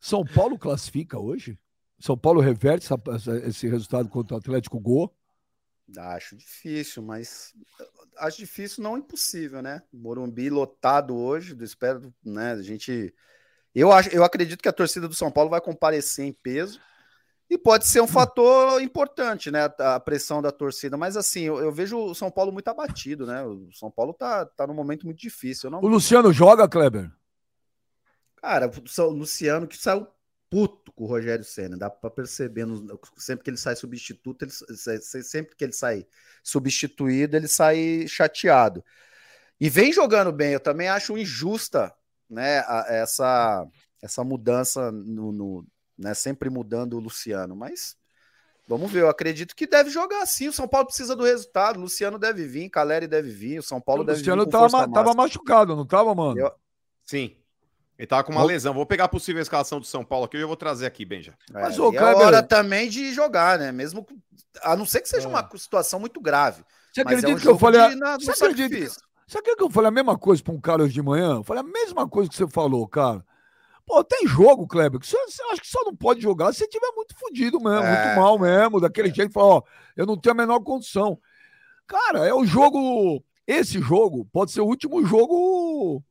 A: São Paulo classifica hoje? São Paulo reverte essa- essa- esse resultado contra o Atlético Go?
D: Acho difícil, mas eh, acho difícil, não impossível, né? Morumbi lotado hoje, do- espero, né? A gente. Eu, acho, eu acredito que a torcida do São Paulo vai comparecer em peso e pode ser um fator importante, né? A, a pressão da torcida, mas assim, eu, eu vejo o São Paulo muito abatido, né? O São Paulo tá, tá num momento muito difícil. Eu não
A: O Luciano joga, Kleber?
D: Cara, o Sa- o Luciano que saiu puto com o Rogério Senna, dá pra perceber. nos- sempre que ele sai substituto, ele, se- se- sempre que ele sai substituído, ele sai chateado. E vem jogando bem, eu também acho injusta né, a- essa, essa mudança, no, no- né, sempre mudando o Luciano, mas vamos ver, eu acredito que deve jogar sim. O São Paulo precisa do resultado, o Luciano deve vir, Caleri deve vir, o São Paulo
A: o
D: deve
A: Luciano
D: vir. com
A: tava,
D: força
A: ma- tava
D: máxima.
A: machucado, não tava, mano?
D: Eu-
C: Sim. Ele tava com uma
A: Bom-
C: lesão. Vou pegar a possível escalação do São Paulo aqui e eu vou trazer aqui, Benja.
A: Mas,
D: Mas é,
A: ô,
D: e é
A: Kleber-
D: hora também de jogar, né? Mesmo com- a não ser que seja
A: É.
D: uma situação muito grave.
A: Você
D: mas
A: acredita
D: é um
A: que eu
D: jogo
A: falei. a-
D: de- na- no
A: Você acredita que-
D: sacrifício.
A: Você acredita que eu falei a mesma coisa pra um cara hoje de manhã? Eu falei a mesma coisa que você falou, cara. Pô, tem jogo, Kleber, que você, você acha que só não pode jogar se tiver muito fodido mesmo,
D: É.
A: muito mal mesmo, daquele jeito, fala, ó, eu não tenho a menor condição. Cara, é o jogo. Esse jogo pode ser o último jogo.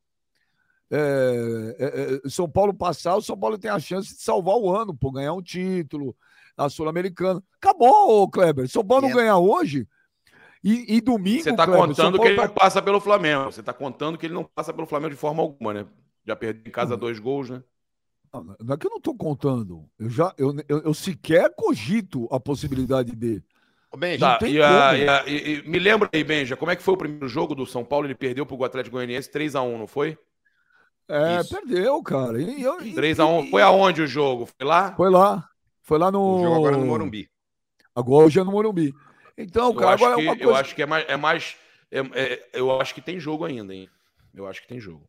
A: é, é, é, São Paulo passar, o São Paulo tem a chance de salvar o ano, pô, ganhar um título, a Sul-Americana. Acabou, ô, Kleber. São Paulo não
D: É.
A: ganhar hoje. E, e domingo.
B: Você tá
A: Kleber, São
B: contando que
A: Paulo
B: ele
A: tá
B: não passa pelo Flamengo. Você tá contando que ele não passa pelo Flamengo de forma alguma, né? Já perdeu em
A: Hum.
B: casa dois gols, né?
A: Não, não é que eu não tô contando. Eu já eu, eu, eu sequer cogito a possibilidade de.
C: Ô, Benja,
B: Tá,
A: tem
B: e, a-
A: como.
B: e a- e- e me lembra aí, Benja, como é que foi o primeiro jogo do São Paulo? Ele perdeu pro Atlético Goianiense 3x1, não foi?
A: É,
B: Isso.
A: perdeu, cara. E eu- e-
B: 3x1. Foi aonde o jogo? Foi lá?
A: Foi lá. Foi lá no.
C: O jogo agora é no Morumbi.
A: Agora hoje é no Morumbi. Então,
B: Eu
A: cara,
B: acho
A: agora
B: que-
A: é uma coisa.
B: Eu acho que é mais. é mais- é- é- eu acho que tem jogo ainda, hein? Eu acho que tem jogo.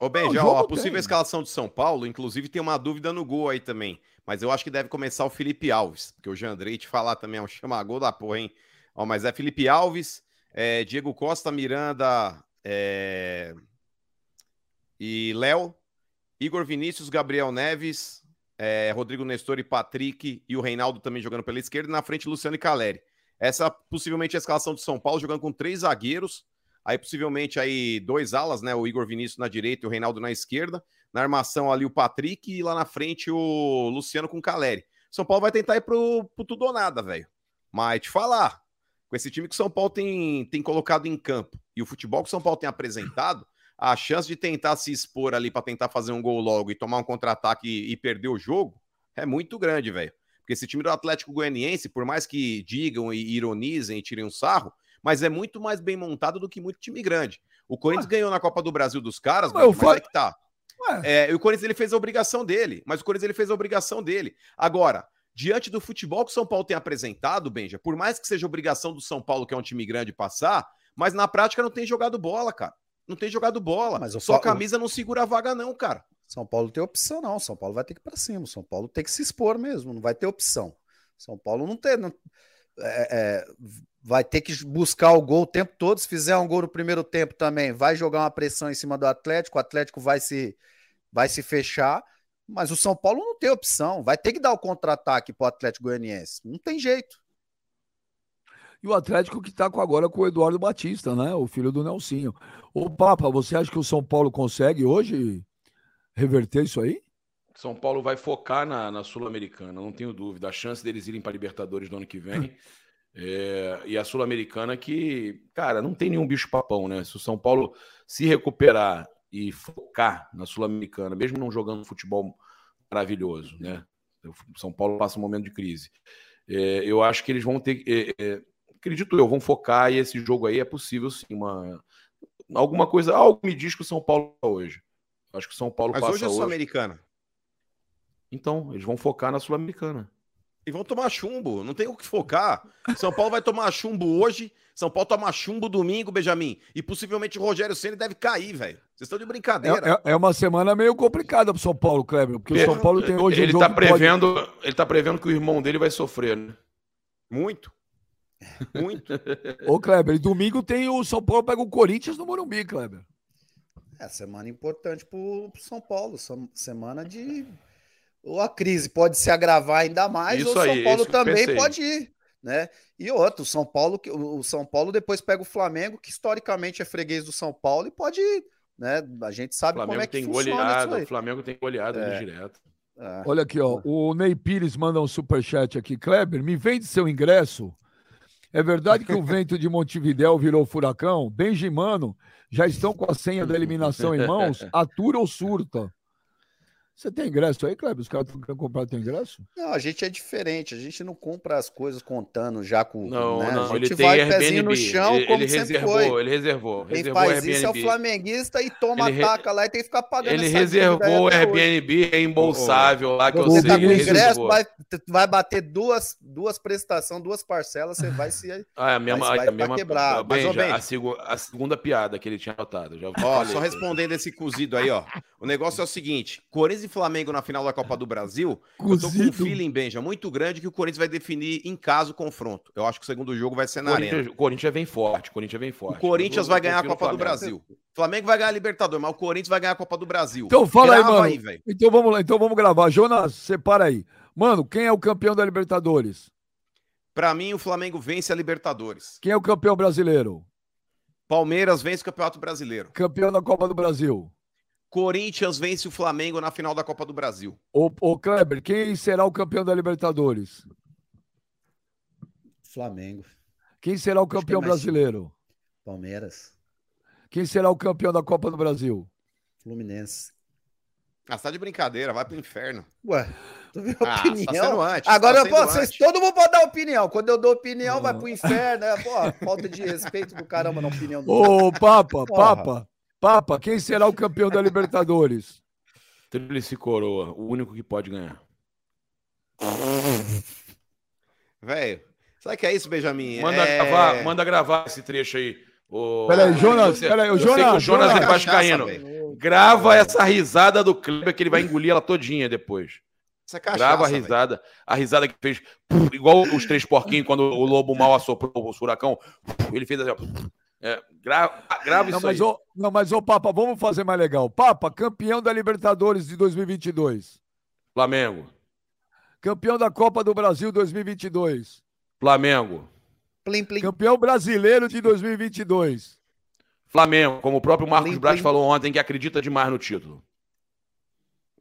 C: Ô,
A: Não,
C: Ben,
A: o
C: já,
A: jogo
C: ó, a possível
A: tem.
C: escalação de São Paulo, inclusive tem uma dúvida no gol aí também. Mas eu acho que deve começar o Felipe Alves, porque eu já andrei te falar também, é um chamagol da porra, hein? Ó, mas é Felipe Alves, é, Diego Costa, Miranda é, e Léo, Igor Vinícius, Gabriel Neves, é, Rodrigo Nestor e Patrick, e o Reinaldo também jogando pela esquerda, e na frente Luciano e Caleri. Essa possivelmente é a escalação de São Paulo, jogando com três zagueiros, Aí possivelmente aí dois alas, né? O Igor Vinícius na direita e o Reinaldo na esquerda. Na armação ali o Patrick e lá na frente o Luciano com o Caleri. São Paulo vai tentar ir pro, pro tudo ou nada, velho. Mas te falar, com esse time que o São Paulo tem, tem colocado em campo e o futebol que o São Paulo tem apresentado, a chance de tentar se expor ali para tentar fazer um gol logo e tomar um contra-ataque e, e perder o jogo é muito grande, velho. Porque esse time do Atlético Goianiense, por mais que digam e ironizem e tirem um sarro, mas é muito mais bem montado do que muito time grande. O Corinthians ganhou na Copa do Brasil dos caras,
A: Mas
C: velho,
A: eu
C: mas
A: falo-
C: é que tá.
A: Ué.
C: É, e o Corinthians ele fez a obrigação dele, mas o Corinthians ele fez a obrigação dele. Agora, diante do futebol que o São Paulo tem apresentado, Benja, por mais que seja obrigação do São Paulo, que é um time grande, passar, mas na prática não tem jogado bola, cara. Não tem jogado bola.
D: Mas
C: Mas
D: eu
C: Só
D: falo-
C: camisa não segura a vaga, não, cara.
D: São Paulo não tem opção, não. São Paulo vai ter que ir pra cima. São Paulo tem que se expor mesmo. Não vai ter opção. São Paulo não tem. não- é, é, vai ter que buscar o gol o tempo todo. Se fizer um gol no primeiro tempo também, vai jogar uma pressão em cima do Atlético. O Atlético vai se, vai se fechar. Mas o São Paulo não tem opção. Vai ter que dar o contra-ataque pro Atlético Goianiense. Não tem jeito.
A: E o Atlético que tá com agora com o Eduardo Batista, né? O filho do Nelsinho. Ô, Papa, você acha que o São Paulo consegue hoje reverter isso aí?
B: São Paulo vai focar na, na Sul-Americana, não tenho dúvida. A chance deles irem para Libertadores no ano que vem. É, e a Sul-Americana que, cara, não tem nenhum bicho-papão, né? Se o São Paulo se recuperar e focar na Sul-Americana, mesmo não jogando futebol maravilhoso, né? O São Paulo passa um momento de crise. É, eu acho que eles vão ter. é, é, acredito eu, vão focar e esse jogo aí é possível sim. Uma, alguma coisa. Algo me diz que o São Paulo passa hoje. Acho que o São Paulo
C: Mas
B: passa
C: hoje é só americana.
B: então, eles vão focar na Sul-Americana.
C: E vão tomar chumbo, não tem o que focar. São Paulo vai tomar chumbo hoje, São Paulo toma chumbo domingo, Benjamin. E possivelmente o Rogério Ceni deve cair, velho. Vocês estão de brincadeira.
A: É, é- é uma semana meio complicada pro São Paulo, Kleber, porque o
B: Pe-
A: São Paulo tem hoje
B: ele
A: um jogo
B: tá
A: que pode-
B: prevendo, ele tá prevendo que o irmão dele vai sofrer, né?
C: Muito. Muito.
A: Ô, Kleber, e domingo tem o São Paulo pega o Corinthians no Morumbi, Kleber.
D: É, semana importante pro, pro São Paulo. Sem- Semana de. Ou a crise pode se agravar ainda mais,
B: Isso
D: ou o São
B: aí,
D: Paulo
B: isso que eu
D: também
B: pensei.
D: pode ir. Né? E outro, o São Paulo, que- o o São Paulo depois pega o Flamengo, que historicamente é freguês do São Paulo, e pode ir. Né? A gente
B: O
D: sabe como
B: Flamengo
D: é que
B: tem
D: funciona
B: goleado, o
D: isso
B: Flamengo tem goleado
D: É.
B: ainda direto.
D: aí. É.
A: Olha aqui, ó. O Ney Pires manda um superchat aqui. Kleber, me vende seu ingresso. É verdade que o vento de Montevidéu virou furacão? Benjimano, já estão com a senha da eliminação em mãos? Atura ou surta? Você tem ingresso aí, Kleber? Os caras estão querendo comprar teu ingresso?
D: Não, a gente é diferente, a gente não compra as coisas contando já com.
B: Não,
D: né?
B: não,
D: a gente
B: ele tem
D: vai
B: Airbnb.
D: pezinho no chão,
B: ele,
D: como
B: ele
D: sempre
B: reservou,
D: foi.
B: ele reservou,
D: Quem
B: reservou
D: faz
B: o Airbnb.
D: isso é o flamenguista e toma
B: Ele re-
D: ataca lá e tem que ficar pagando
B: Ele
D: essa dívida aí
B: reservou o
D: até hoje.
B: Airbnb reembolsável lá que eu
A: Você
D: Você
B: sei.
D: tá
B: ele
D: com
A: Rodrigues-
D: ingresso,
B: reservou.
D: vai, vai bater duas, duas prestações, duas parcelas, você vai se.
B: Ah, a mesma,
D: vai
B: a
D: ficar
B: mesma
D: quebrado.
B: Bem,
C: Mas, ô,
B: já-
C: bem.
B: a, segu- a segunda piada que ele tinha anotado. Já
D: Tá
C: Ó,
B: falei.
C: só respondendo esse cozido aí, ó. O negócio é o seguinte: Corinthians e Flamengo na final da Copa do Brasil. Eu tô com um feeling, Benja, muito grande que o Corinthians vai definir em casa o confronto. Eu acho que o segundo jogo vai ser
B: O
C: na arena.
B: Corinthians, o Corinthians vem forte, o Corinthians vem
C: O
B: forte.
C: Corinthians
B: Eu-
C: vai
B: eu
C: ganhar a
B: confio no
C: Copa do
B: Flamengo.
C: Brasil. O Flamengo vai ganhar a Libertadores, mas o Corinthians vai ganhar a Copa do Brasil.
A: Então fala aí,
C: Grava
A: mano.
C: velho.
A: Então vamos lá, então vamos gravar. Jonas, separa aí. Mano, quem é o campeão da Libertadores?
C: Pra mim, o Flamengo vence a Libertadores.
A: Quem é o campeão brasileiro?
C: Palmeiras vence o Campeonato Brasileiro.
A: Campeão da Copa do Brasil?
C: Corinthians vence o Flamengo na final da Copa do Brasil.
A: Ô, ô Kleber, quem será o campeão da Libertadores?
D: Flamengo,
A: Quem será o
D: que é
A: campeão
D: mais-
A: brasileiro?
D: Palmeiras,
A: Quem será o campeão da Copa do Brasil?
D: Fluminense.
C: Ah, você tá de brincadeira, vai pro inferno.
D: Ué, tu viu a
C: Ah, tá sendo
D: opinião?
C: antes.
D: Agora,
C: tá
D: pô,
C: sendo
D: vocês,
C: antes.
D: todo mundo pode dar opinião. Quando eu dou opinião,
A: Ah.
D: vai pro inferno. É, porra, falta de respeito do caramba na opinião do
A: Ô, Papa,
D: Porra.
A: Papa, Papa, quem será o campeão da Libertadores?
B: Tríplice coroa, o único que pode ganhar.
C: Velho, sabe que é isso, Benjamin?
B: Manda,
C: é...
B: gravar, manda gravar esse trecho aí. Ô,
A: Peraí, Jonas,
B: você-
A: peraí, o
B: eu sei que
A: Jonas,
B: o Jonas é
A: Jonas.
B: vascaíno.
C: velho.
B: Grava essa risada do Kleber que ele vai engolir ela todinha depois.
C: Isso é cachaça,
B: Grava a
C: velho.
B: risada. A risada que fez puf, igual os três porquinhos quando o lobo mal assoprou o furacão. puf, Ele fez assim, ó. puf. É, grava, grava
A: Não
B: isso
A: mas,
B: aí.
A: ô, não, mas ô Papa, vamos fazer mais legal. Papa, campeão da Libertadores de 2022.
B: Flamengo.
A: Campeão da Copa do Brasil 2022.
B: Flamengo.
D: Plim, plim.
A: Campeão brasileiro de 2022.
B: Flamengo, como o próprio Marcos
D: Plim,
B: Braz
D: plim.
B: falou ontem, que acredita demais no título.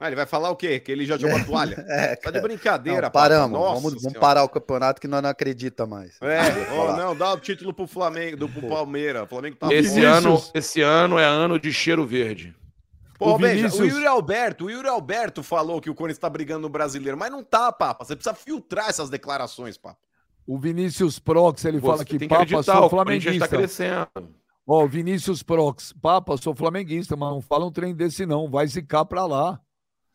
C: Ah, ele vai falar o quê? Que ele já jogou a toalha?
D: É,
C: Tá de
D: cara.
C: brincadeira,
D: Não,
C: pá.
D: paramos.
C: Nossa
D: vamos vamos
C: Senhora.
D: parar o campeonato que nós não acredita mais.
C: É, ó, não, dá o título pro Flamengo, do, pro Palmeiras. O Flamengo tá
B: esse,
A: Vinícius.
B: ano, esse ano é ano de cheiro verde.
C: Pô,
A: O
C: veja, o
A: Vinícius-
C: Yuri Alberto, o Yuri Alberto falou que o Corinthians tá brigando no brasileiro, mas não tá, Papa. Você precisa filtrar essas declarações, Papa.
A: O Vinícius Prox, ele fala
B: Você
A: que
B: tem que
A: Papa,
B: acreditar,
A: sou
B: o Corinthians está
A: flamenguista.
B: crescendo.
A: Ó, o Vinícius Prox, Papa, sou flamenguista, mas não fala um trem desse não, vai zicar pra lá.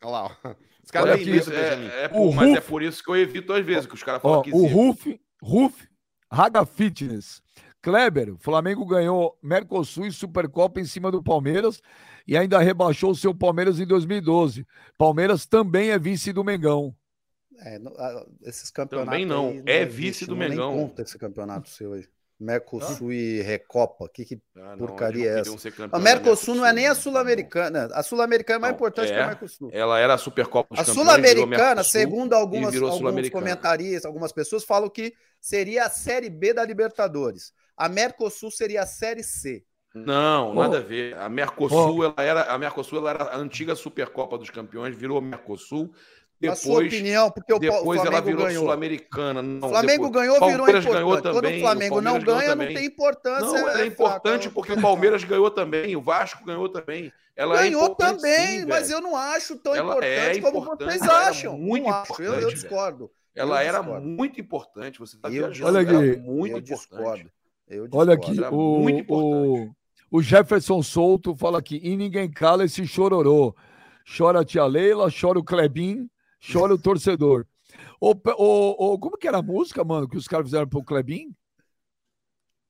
C: Olha lá, ó. Os
B: Cara,
C: caras
A: Olha
C: têm
A: aqui,
C: medo, Benjamin.
B: é, é,
A: O
B: mas é
A: Ruf-
B: por isso que eu evito às vezes, que os caras falam
A: Ó,
B: que
A: o
B: zica.
A: Ruf, Ruf, Raga Fitness. Kleber, o Flamengo ganhou Mercosul e Supercopa em cima do Palmeiras e ainda rebaixou o seu Palmeiras em 2012. Palmeiras também é vice do Mengão.
D: É, não- ah, esses campeonatos.
B: Também não.
D: aí
B: É vice do
D: não, nem
B: Mengão.
D: conta esse campeonato seu aí. Mercosul e Recopa. Que que...
B: Ah, não,
D: porcaria
B: eles não
D: é
B: queriam ser campeão né?
D: A
B: da
D: Mercosul não é nem a
B: tá bom.
D: Sul-Americana. A Sul-Americana é mais
B: Não,
D: importante que
B: é.
D: a Mercosul.
B: Ela era a Supercopa dos
D: A
B: Campeões, virou
D: Sul-Americana,
B: Mercosul.
D: segundo algumas,
B: virou
D: alguns
B: Sul-Americana.
D: comentaristas, algumas pessoas, falam que seria a Série B da Libertadores. A Mercosul seria a Série C.
B: Não,
A: Ô.
B: nada a ver. A Mercosul, ela era, a Mercosul ela era a antiga Supercopa dos Campeões, virou Mercosul.
D: Na sua
B: Depois,
D: opinião, porque o, pa- o
B: depois ela
D: Flamengo
B: virou
D: ganhou.
B: Sul-Americana.
D: O
B: Não,
D: Flamengo
B: depois-
D: ganhou, virou
B: Palmeiras
D: importante.
B: ganhou
D: Quando
B: também,
D: o
B: o
D: Flamengo não
B: Palmeiras ganhou
D: ganha, não
B: também.
D: tem importância.
B: Não, ela é importante
D: fraco. né?
B: porque o Palmeiras ganhou também, o Vasco ganhou também. Ela é
D: ganhou
B: importante
D: também,
B: sim,
D: mas
B: velho.
D: eu não acho tão
B: Ela
D: importante,
B: é
D: como
B: importante,
D: vocês
B: ela era
D: acham.
B: muito
D: não acho, eu- eu,
B: importante,
D: discordo.
B: Ela
D: eu
B: era
D: discordo.
B: muito importante. Você tá
D: Eu
B: viajando.
D: discordo.
B: ela era
A: Olha aqui.
B: muito
D: eu
B: importante.
D: discordo. Eu discordo.
A: Olha aqui,
B: Era
A: o,
B: muito importante.
A: o, o Jefferson Souto fala aqui, e ninguém cala esse chororô. Chora a tia Leila, chora o Klebin, chora o torcedor. Ô, pe- ô, ô, como que era a música, mano, que os caras fizeram pro Klebin?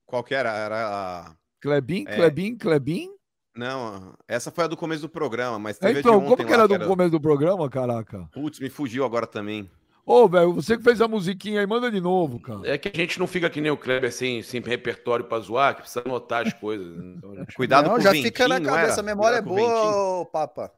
C: Qual que era? Era a...
A: Klebin,
C: É.
A: Klebin, Klebin?
C: Não, essa foi a do começo do programa, mas
A: É,
C: teve a de
A: então,
C: ontem
A: como que
C: lá,
A: era do começo do programa, caraca?
C: Putz, me fugiu agora também.
A: Ô, velho, você que fez a musiquinha aí, manda de novo, cara.
B: É que a gente não fica que nem o Kleber sem, sem repertório pra zoar, que precisa anotar as coisas. né? Então, a gente-
C: Cuidado
D: não,
C: com o
D: já
C: ventinho,
D: fica na
C: não
D: cabeça,
C: era?
D: a memória é
C: Cuidado com o ventinho.
D: boa, ô, Papa.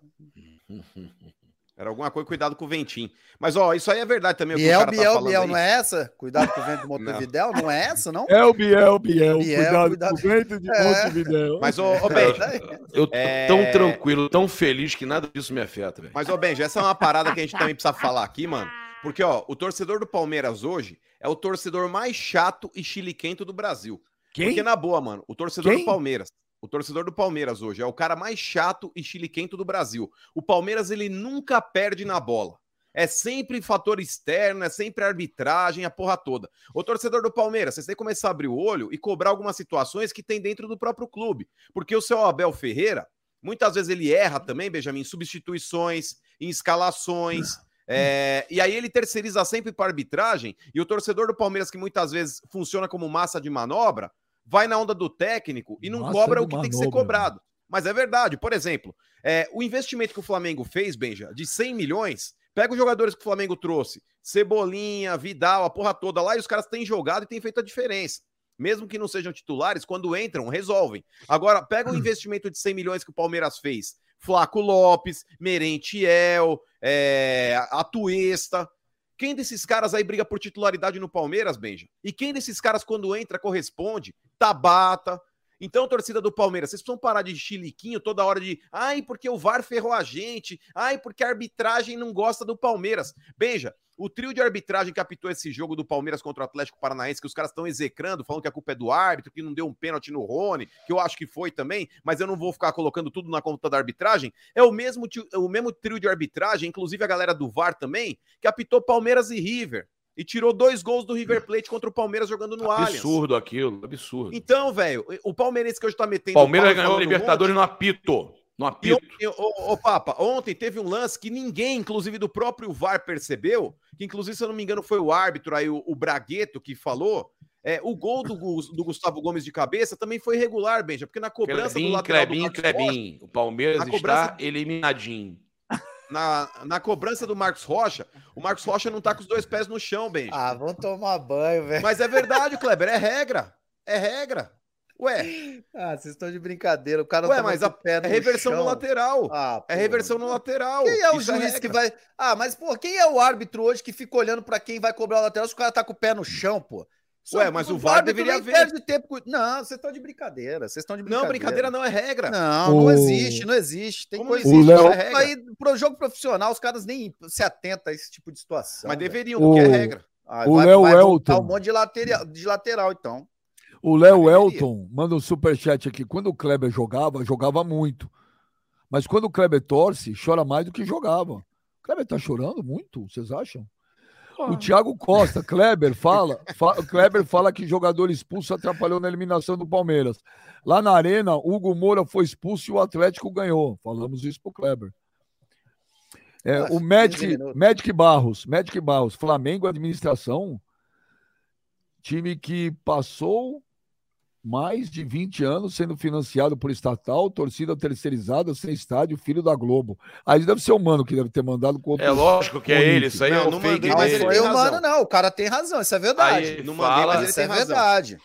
C: Era alguma coisa, cuidado com o ventinho. Mas, ó, isso aí é verdade também. o que o
D: Biel,
C: cara tá
D: Biel,
C: falando
D: Biel,
C: aí.
D: não é essa? Cuidado com o vento de Montevidéu, não é essa, não?
A: É o Biel, Biel,
D: Biel,
A: cuidado,
D: cuidado.
A: com o vento de
D: É.
A: Montevidéu.
C: Mas, ô, ô Benja,
B: Eu tô
C: É.
B: tão tranquilo, tão feliz que nada disso me afeta, velho.
C: Mas, ô Benji, essa é uma parada que a gente também precisa falar aqui, mano. Porque, ó, o torcedor do Palmeiras hoje é o torcedor mais chato e chiliquento do Brasil. Porque,
A: Quem?
C: na boa, mano, o torcedor
A: Quem?
C: do Palmeiras. O torcedor do Palmeiras hoje é o cara mais chato e chiliquento do Brasil. O Palmeiras, ele nunca perde na bola. É sempre fator externo, é sempre arbitragem, a porra toda. O torcedor do Palmeiras, vocês têm que começar a abrir o olho e cobrar algumas situações que tem dentro do próprio clube. Porque o seu Abel Ferreira, muitas vezes ele erra também, Benjamin, em substituições, em escalações.
A: Ah.
C: é, e aí ele terceiriza sempre para arbitragem. E o torcedor do Palmeiras, que muitas vezes funciona como massa de manobra, vai na onda do técnico e não
A: Massa
C: cobra
A: de
C: o que tem que ser
A: manobra. né?
C: cobrado. Mas é verdade. Por exemplo, é, o investimento que o Flamengo fez, Benja, de 100 milhões, pega os jogadores que o Flamengo trouxe, Cebolinha, Vidal, a porra toda lá, e os caras têm jogado e têm feito a diferença. Mesmo que não sejam titulares, quando entram, resolvem. Agora, pega o investimento de 100 milhões que o Palmeiras fez. Flaco Lopes, Merentiel, é, Atuesta. Quem desses caras aí briga por titularidade no Palmeiras, Benja? E quem desses caras, quando entra, corresponde? Tabata. Então, torcida do Palmeiras, vocês precisam parar de chiliquinho toda hora de ai, porque o VAR ferrou a gente, ai, porque a arbitragem não gosta do Palmeiras. Beija, o trio de arbitragem que apitou esse jogo do Palmeiras contra o Atlético Paranaense, que os caras estão execrando, falando que a culpa é do árbitro, que não deu um pênalti no Rony, que eu acho que foi também, mas eu não vou ficar colocando tudo na conta da arbitragem. É o mesmo, ti- é o mesmo trio de arbitragem, inclusive a galera do VAR também, que apitou Palmeiras e River. E tirou dois gols do River Plate contra o Palmeiras jogando no Allianz.
B: Absurdo aquilo, absurdo.
C: Então, velho, o palmeirense que hoje tá metendo.
B: Palmeiras
C: pau e
B: ganhou a
C: falando um
B: Libertadores no apito. No
C: E
B: apito.
C: ontem, ô, ô, Papa, ontem teve um lance que ninguém, inclusive do próprio VAR, percebeu, que inclusive, se eu não me engano, foi o árbitro aí, o, o Bragueto, que falou. É, o gol do, Gus- do Gustavo Gomes de cabeça também foi regular, Benja, porque na cobrança do
B: Clebinho,
C: lateral
B: Clebinho,
C: do Marcos Rocha,
B: Clebinho. O Palmeiras
C: A
B: está
C: cobrança-
B: eliminadinho.
C: na, na cobrança do Marcos Rocha, o Marcos Rocha não tá com os dois pés no chão, Benja.
D: Ah, vão tomar banho, velho.
C: Mas é verdade, Kleber, é regra. É regra. Ué, é
D: Ah, vocês estão de brincadeira. O cara
C: Ué,
D: toma
C: mas
D: com o
C: a-
D: pé
C: é reversão
D: chão.
C: no lateral.
D: Ah,
C: É
D: pô.
C: reversão no lateral.
D: Quem é o
C: Isso
D: juiz
C: regra.
D: que vai. Ah, mas, pô, quem é o árbitro hoje que fica olhando pra quem vai cobrar o lateral se o cara tá com o pé no chão, pô?
C: Ué,
D: Só-
C: mas o
D: os
C: VAR
D: árbitros
C: deveria
D: nem
C: ver.
D: perdem tempo com- Não, vocês estão de brincadeira. Vocês estão de brincadeira.
C: Não, brincadeira não é regra.
D: Não, não
A: O-
D: existe, não existe. Tem
C: Como
D: coisa.
A: não existe? O Léo-
C: Isso é regra.
D: Aí, pro jogo profissional, os caras nem se atentam a esse tipo de situação.
C: Mas
D: velho.
C: deveriam, porque é
A: O-
C: regra.
D: Ah,
A: O
D: vai-
A: Léo
D: vai voltar
A: Elton.
D: Um monte de lateral, de lateral, então.
A: O Léo
C: Deveria.
A: Elton manda um superchat aqui. Quando o Kleber jogava, jogava muito. Mas quando o Kleber torce, chora mais do que jogava. O Kleber tá chorando muito, vocês acham? O Thiago Costa, Kleber fala, fa- o Kleber fala que jogador expulso atrapalhou na eliminação do Palmeiras. Lá na arena, Hugo Moura foi expulso e o Atlético ganhou. Falamos isso pro Kleber. É,
D: Nossa,
A: o
D: 15
A: Magic,
D: minutos.
A: Magic Barros, Magic Barros, Flamengo administração, time que passou mais de 20 anos sendo financiado por estatal, torcida terceirizada, sem estádio, filho da Globo. Aí deve ser o mano que deve ter mandado com outro.
B: É lógico que é
A: Bonito.
B: ele, isso aí
C: Não,
B: é o
C: não
B: fake
C: mandei,
B: dele.
D: Mas
C: ele
D: foi
C: tem
D: o
C: razão.
D: mano, não. O cara tem razão, isso é verdade.
B: Aí ele
C: Não mandei,
B: fala,
C: mas ele
D: isso é
C: tem razão.
D: verdade.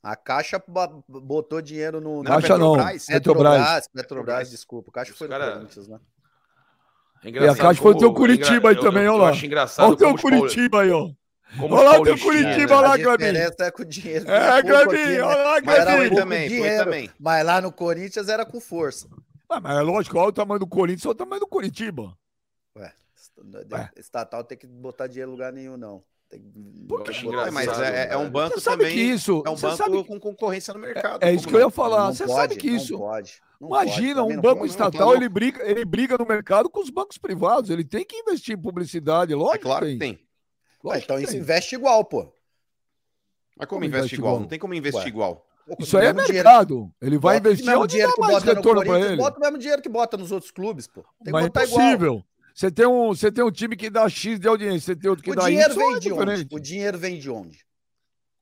D: A Caixa ba- botou dinheiro no.
C: Não,
A: Caixa não,
C: Petrobras,
A: Petrobras.
D: Petrobras,
B: Petrobras.
D: desculpa. Caixa
B: Os
D: foi
B: cara-
D: no Corinthians, né?
B: É
A: E a Caixa foi o teu
B: como-
A: Curitiba
B: engra-
A: aí
B: eu-
A: também,
B: eu-
A: olha lá.
B: Eu acho engraçado
A: Olha o teu
B: como os assim, pauli-
A: Curitiba aí, ó.
B: como os
A: Olha lá o teu
B: paulistas-
A: Curitiba lá.
D: A
A: Clebinho.
D: diferença é com o dinheiro.
A: É,
D: Pouco aqui,
A: Clebinho,
D: né?
A: olha lá,
C: Mas foi
D: Era
A: Clebinho.
D: pouco
C: também, foi
D: dinheiro.
C: também.
D: Mas lá no Corinthians era com força.
A: Ah, mas é lógico, olha o tamanho do Corinthians, olha o tamanho do Curitiba.
D: Ué,
A: É.
D: estatal tem que botar dinheiro em lugar nenhum, não. Tem que
B: Por que?
D: botar
B: Engraçado, né?
C: Ué, mas
D: dinheiro em
C: é, é
D: lugar
C: um
D: nenhum.
C: banco
A: Você sabe
C: também.
A: que isso.
C: É um
A: você
C: banco
A: sabe que-
C: com concorrência no mercado.
A: É
C: como
A: isso que eu ia
C: não?
A: falar.
D: Não
A: você
D: pode,
A: sabe que
D: não
A: isso.
D: pode, não pode,
A: Imagina,
D: também
A: um
D: não
A: banco
D: pode, não.
A: estatal, ele briga, ele briga no mercado com os bancos privados. Ele tem que investir em publicidade, lógico.
C: É claro que tem.
D: Ué,
A: lógico
D: Então
A: que
D: isso
A: tem.
D: investe igual, pô.
C: Mas
A: Como
C: como investe
A: investe
C: igual?
A: igual?
C: Não tá tem como investir
D: Ué.
C: igual.
A: Isso aí é
D: Mesmo dinheiro
A: mercado. Ele vai
D: Bota o
A: investir
D: mesmo
A: onde
D: dinheiro
A: dá
D: que
A: mais
D: bota no
A: retorno para
D: Corinthians,
A: ele.
D: Bota o mesmo dinheiro que bota nos outros clubes, pô. Tem
A: Mas
D: que
A: é
D: botar igual.
A: impossível. Você tem um, você tem um time que dá X de audiência, você tem outro que
D: O
A: dá
D: dinheiro
A: Y,
D: vem
A: é
D: de onde?
A: diferente.
D: O dinheiro vem de onde?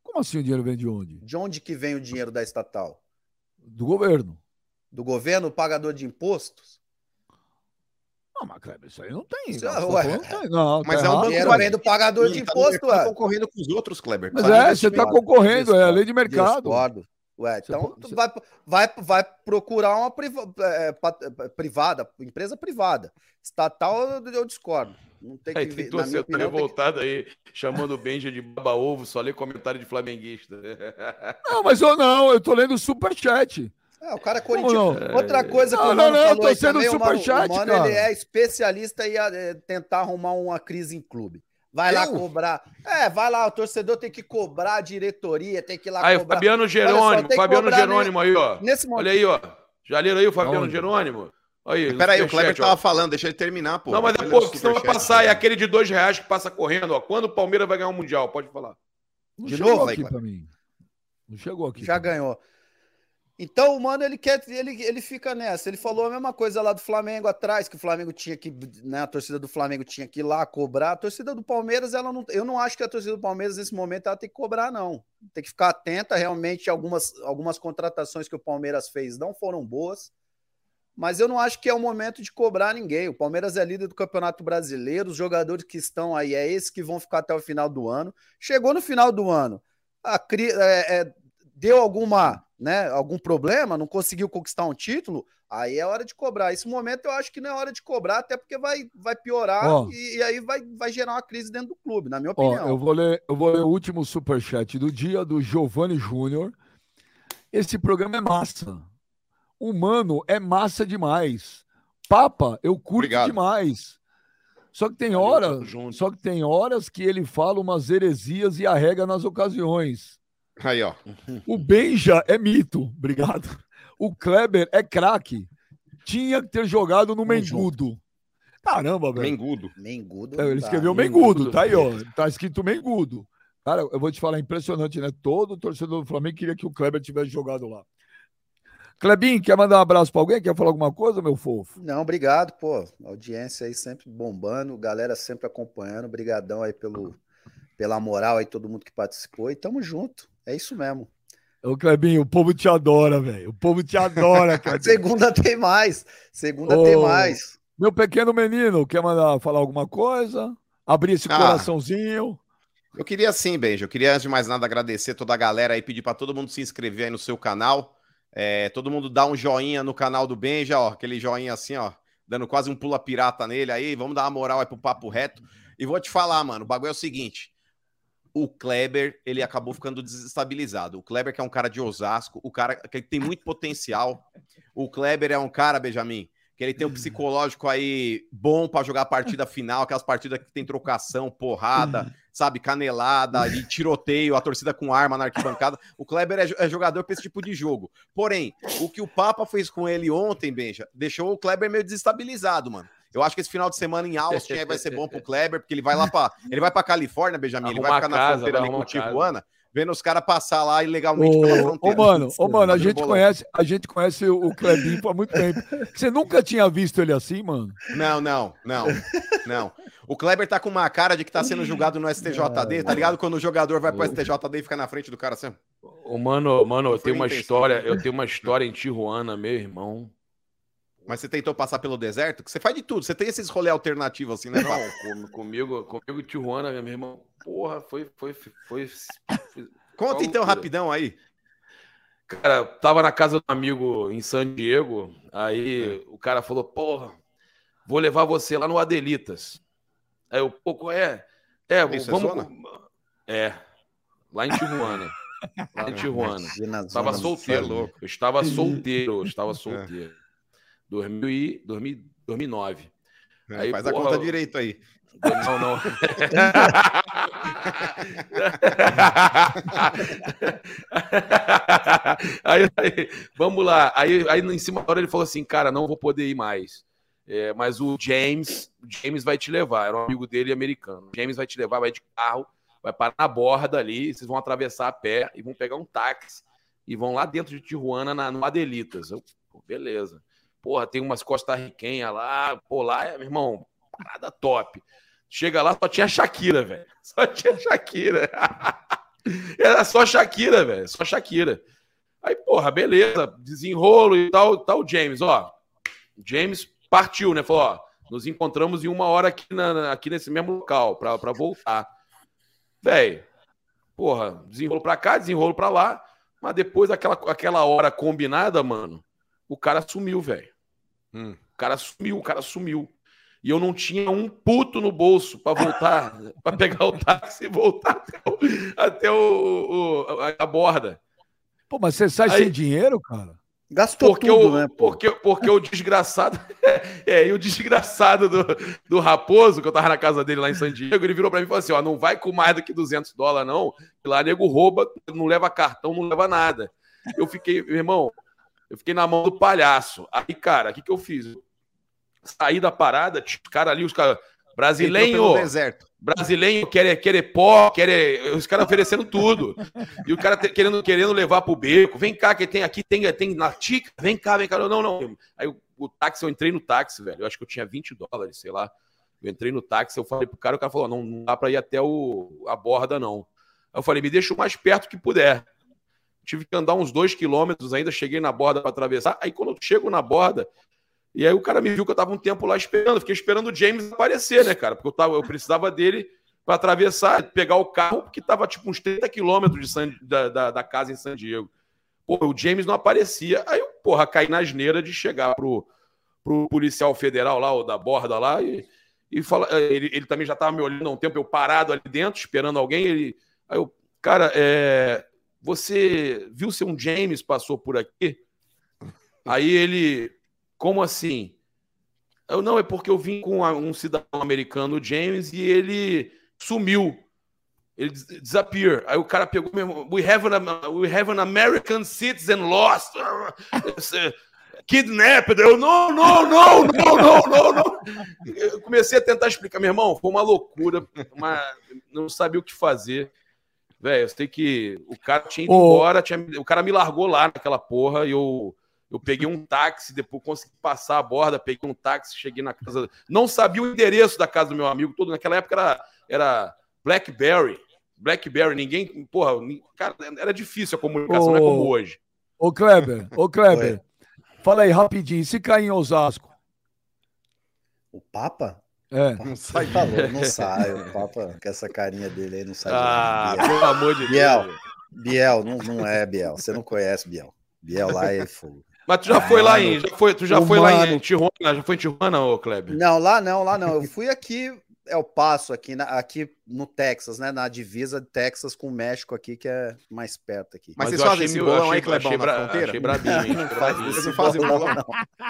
A: Como assim o dinheiro vem de onde?
D: De onde que vem o dinheiro da estatal?
A: Do governo.
D: Do governo, pagador de impostos?
A: Não, mas Kleber, isso aí não tem.
D: Isso- é
A: não, você tá
D: ué.
A: falando que tem. Não,
C: Mas
A: tá
C: é um
A: errado,
D: O
C: banco
D: dinheiro
A: cara.
D: vem do pagador de
C: Sim, tá no
D: imposto,
C: mercado
D: ué.
C: concorrendo com os outros, Kleber.
A: Mas
C: Sabe
A: é,
C: disso?
A: você está
D: investimento.
A: concorrendo, é a lei de mercado.
D: Discordo. Ué,
A: Você
D: então
A: pode-
D: vai, vai, vai procurar uma priva- é, pa- é, privada, empresa privada. Estatal, eu, eu discordo. Não É, tem que
B: Aí tem
D: ver- na minha
B: torcedor
D: opinião, tem que-
B: revoltado aí, chamando o Benja de baba-ovo, só lê comentário de flamenguista.
A: Não, mas eu não, eu tô lendo o superchat.
D: Ah, o cara é
A: Como
D: corintiano.
A: não?
D: Outra coisa que
A: Não,
D: o
A: não,
D: Mano
A: não,
D: falou
A: tô
D: aí
A: sendo
D: também, o Mano,
A: superchat,
D: o Mano,
A: cara.
D: ele é especialista em eh, tentar arrumar uma crise em clube. Vai lá
C: Eu?
D: cobrar. É, vai lá, o torcedor tem que cobrar a diretoria, tem que ir lá
B: Aí, o
D: cobrar.
B: Fabiano
D: Tá Olha só,
B: Jerônimo,
D: tem que
B: Fabiano
D: cobrar né?
B: Jerônimo aí, ó.
D: Nesse momento,
B: Olha aí, ó. Já leram aí o Fabiano
A: Aonde?
B: Jerônimo? Aí, no
C: Peraí, o
B: superchat,
C: Kleber
B: ó.
C: tava falando, deixa ele terminar, pô.
B: Não, mas é
C: Depois
B: pouco,
C: ele
B: que senão vai
C: superchat,
B: passar. É
C: cara.
B: aquele de dois reais que passa correndo, ó. Quando o Palmeiras vai ganhar o Mundial? Pode falar.
A: Não
C: De
A: chegou
C: novo,
A: aqui
C: aí,
A: pra mim. Não chegou aqui.
D: já
A: pra mim.
D: ganhou. Então, o Mano, ele quer, ele, ele fica nessa. Ele falou a mesma coisa lá do Flamengo atrás, que o Flamengo tinha que, né, a torcida do Flamengo tinha que ir lá cobrar. A torcida do Palmeiras, ela não, eu não acho que a torcida do Palmeiras nesse momento ela tem que cobrar não. Tem que ficar atenta, realmente algumas algumas contratações que o Palmeiras fez não foram boas. Mas eu não acho que é o momento de cobrar ninguém. O Palmeiras é líder do Campeonato Brasileiro, os jogadores que estão aí é esses que vão ficar até o final do ano. Chegou no final do ano, a cri- é, é, deu alguma, né, algum problema, não conseguiu conquistar um título, aí é hora de cobrar. Esse momento eu acho que não é hora de cobrar, até porque vai, vai piorar
A: Ó.
D: e, e aí vai, vai gerar uma crise dentro do clube, na minha
A: Ó,
D: opinião.
A: eu vou ler, eu vou ler o último superchat do dia do Giovanni Júnior. Esse programa é massa. Humano é massa demais. Papa, eu curto
C: Obrigado.
A: demais. Só que tem
B: Valeu,
A: hora,
B: tamo junto.
A: só que tem horas que ele fala umas heresias e arrega nas ocasiões.
C: Aí, ó.
A: O Benja é mito, obrigado. O Kleber é craque. Tinha que ter jogado no Mengudo. Caramba, velho.
C: Mengudo.
D: Mengudo.
A: É, Ele
D: não Então dá.
A: escreveu
B: Mengudo.
A: Mengudo, tá aí, ó. Tá escrito Mengudo. Cara, eu vou te falar, é impressionante, né? Todo torcedor do Flamengo queria que o Kleber tivesse jogado lá. Clebinho, quer mandar um abraço pra alguém? Quer falar alguma coisa, meu fofo?
D: Não, obrigado, pô. Audiência aí sempre bombando, galera sempre acompanhando. Obrigadão aí pelo, pela moral aí, todo mundo que participou. E tamo junto. É isso mesmo.
A: Ô, Clebinho, o povo te adora, velho. O povo te adora, cara.
D: Segunda tem mais. Segunda tem
A: Ô,
D: mais.
A: Meu pequeno menino, quer mandar falar alguma coisa? Abrir esse
C: Ah.
A: coraçãozinho.
C: Eu queria sim, Benji. Eu queria, antes de mais nada, agradecer toda a galera aí, pedir para todo mundo se inscrever aí no seu canal. É, todo mundo dá um joinha no canal do Benji, ó, aquele joinha assim, ó, dando quase um pula pirata nele aí. Vamos dar uma moral aí pro papo reto. E vou te falar, mano, o bagulho é o seguinte. O Kleber, ele acabou ficando desestabilizado. O Kleber, que é um cara de Osasco, o cara que tem muito potencial. O Kleber é um cara, Benjamin, que ele tem um psicológico aí bom para jogar a partida final, aquelas partidas que tem trocação, porrada, sabe, canelada e tiroteio, a torcida com arma na arquibancada. O Kleber é jo- é jogador para esse tipo de jogo. Porém, o que o Papa fez com ele ontem, Benja, deixou o Kleber meio desestabilizado, mano. Eu acho que esse final de semana em Austin aí vai ser bom pro Kleber, porque ele vai lá para ele vai para Califórnia, Benjamin, ele vai
B: Arrumar
C: ficar na
B: casa,
C: fronteira
B: vai
C: ali com
B: arrumar casa.
C: Tijuana, vendo os caras passar lá ilegalmente pela
A: Ô, ô,
C: fronteira.
A: mano, ô, mano, a
C: Fazendo
A: gente
C: bolão.
A: conhece, a gente conhece o Clebinho há muito tempo. Você nunca tinha visto ele assim, mano?
C: Não, não, não, não. O Kleber tá com uma cara de que tá sendo julgado no STJD, tá ligado? Quando o jogador vai pro STJD e fica na frente do cara assim.
B: Ô, mano, mano, eu
C: Foi
B: tenho uma
C: intenção.
B: história, eu tenho uma história em Tijuana, meu irmão.
C: Mas você tentou passar pelo deserto? Que você faz de tudo. Você tem esses rolê alternativo assim, né, Fábio?
B: Não, com- comigo, comigo Tijuana, meu irmão. Porra, foi, foi, foi, foi-
C: Conta então
B: é loucura.
C: rapidão aí.
B: Cara, tava na casa do amigo em San Diego,
C: É.
B: aí o cara falou, porra, vou levar você lá no Adelitas. Aí eu, pô, qual é? É,
C: Isso é
B: vamos...
C: zona?
B: É, lá em Tijuana. lá em Tijuana.
D: Imagina a
B: Estava
D: zona,
B: solteiro.
C: é louco.
B: Eu estava solteiro, eu
C: É.
B: estava solteiro. 2000 e, 2000, 2009.
C: É,
B: Aí,
C: faz a
B: porra,
C: conta
B: eu-
C: direito aí.
B: Não, não. aí, aí, vamos lá. Aí, aí em cima da hora ele falou assim, cara, não vou poder ir mais. É, mas o James, o James vai te levar. Era um amigo dele americano. O James vai te levar, vai de carro, vai parar na borda ali, vocês vão atravessar a pé e vão pegar um táxi e vão lá dentro de Tijuana, na, no Adelitas. Eu, pô, beleza. Porra, tem umas costarriquenhas lá, pô, lá, é, meu irmão, parada top. Chega lá, só tinha Shakira, velho. Só tinha Shakira. Era só Shakira, velho. Só Shakira. Aí, porra, beleza. Desenrolo e tal, tal, James, ó. James partiu, né? Falou, ó, nos encontramos em uma hora aqui, na- na- aqui nesse mesmo local pra, pra voltar. Velho, porra, desenrolo pra cá, desenrolo pra lá. Mas depois daquela aquela hora combinada, mano, o cara sumiu, velho.
C: Hum.
B: O cara sumiu, o cara sumiu. E eu não tinha um puto no bolso pra voltar, pra pegar o táxi e voltar até, o- até o- o- a- a borda.
A: Pô, mas você sai
B: Aí-
A: sem dinheiro, cara?
D: Gastou
B: Porque,
D: tudo,
B: o,
D: né, pô?
B: porque, porque o desgraçado. é, e o desgraçado do, do Raposo, que eu tava na casa dele lá em San Diego, ele virou pra mim e falou assim: ó, não vai com mais do que 200 dólares, não. Que lá nego rouba, não leva cartão, não leva nada. Eu fiquei, meu irmão, eu fiquei na mão do palhaço. Aí, cara, o que, que eu fiz? Saí da parada, tinha os caras ali, os caras.
C: Entrou
B: Brasileiro!
C: pelo deserto.
B: Brasileiro quer, quer pó, quer, os caras oferecendo tudo. E o cara te- querendo, querendo levar pro beco. Vem cá, que tem aqui, tem, tem na tica. Vem cá, vem cá. Eu, Não, não. Aí o, o táxi, eu entrei no táxi, velho. Eu acho que eu tinha 20 dólares, sei lá. Eu entrei no táxi, eu falei pro cara, o cara falou: não, não dá pra ir até o, a borda, não. Aí eu falei, me deixa o mais perto que puder. Tive que andar uns dois quilômetros ainda, cheguei na borda pra atravessar. Aí quando eu chego na borda, e aí o cara me viu que eu tava um tempo lá esperando, fiquei esperando o James aparecer, né, cara? Porque eu, tava, eu precisava dele para atravessar, pegar o carro, porque tava tipo uns 30 quilômetros de San- da, da, da casa em San Diego. Pô, o James não aparecia. Aí eu, porra, caí na asneira de chegar pro, pro policial federal lá, ou da borda lá, e, e fala, eh, ele, ele também já tava me olhando há um tempo, eu parado ali dentro, esperando alguém. Ele, aí eu, cara, é, você viu se um James passou por aqui? Aí ele, como assim? Eu não, é porque eu vim com a- um cidadão americano, o James, e ele sumiu. Ele des- disappear. Aí o cara pegou mesmo. We have an, we have an American citizen lost. It's, uh, Kidnapped. Eu, não, não, não, não, não, não, não. Eu comecei a tentar explicar, meu irmão, foi uma loucura, uma, não sabia o que fazer. Velho, eu sei que o cara tinha ido
A: Ô.
B: embora, tinha, o cara me largou lá naquela porra e eu Eu peguei um táxi, depois consegui passar a borda, peguei um táxi, cheguei na casa. Não sabia o endereço da casa do meu amigo todo. Naquela época era, era Blackberry. Blackberry, ninguém. Porra, nin- cara, era difícil a comunicação, não é como
A: Ô,
B: hoje.
A: Ô, Kleber, ô, Kleber. Fala aí rapidinho, se cair em Osasco.
D: O Papa?
A: É.
D: Não sai. Falou, não sai. O Papa com essa carinha dele aí não sai. tá de
B: Ah,
D: jeito nenhum.
B: pelo amor de
D: Biel.
B: Deus.
D: Biel, não, não é Biel. Você não conhece Biel. Biel lá é fogo.
B: Mas tu já foi lá em. Já foi, tu já
D: Ô,
B: foi lá em
D: mano.
B: Tijuana? Já foi em Tijuana, ô Kleber?
D: Não, lá não, lá não. Eu fui aqui, é o passo aqui, na- aqui no Texas, né? Na divisa de Texas com o México aqui, que é mais perto aqui.
C: Mas vocês
B: eu achei
C: fazem esse
B: meio-
C: bolão aí,
B: achei-
C: Clebão,
B: achei
C: na
B: bra-
C: fronteira?
B: Achei brabinho, hein? Achei brabinho.
D: esse
C: Vocês fazem
D: bolão,
C: bolão?
D: não.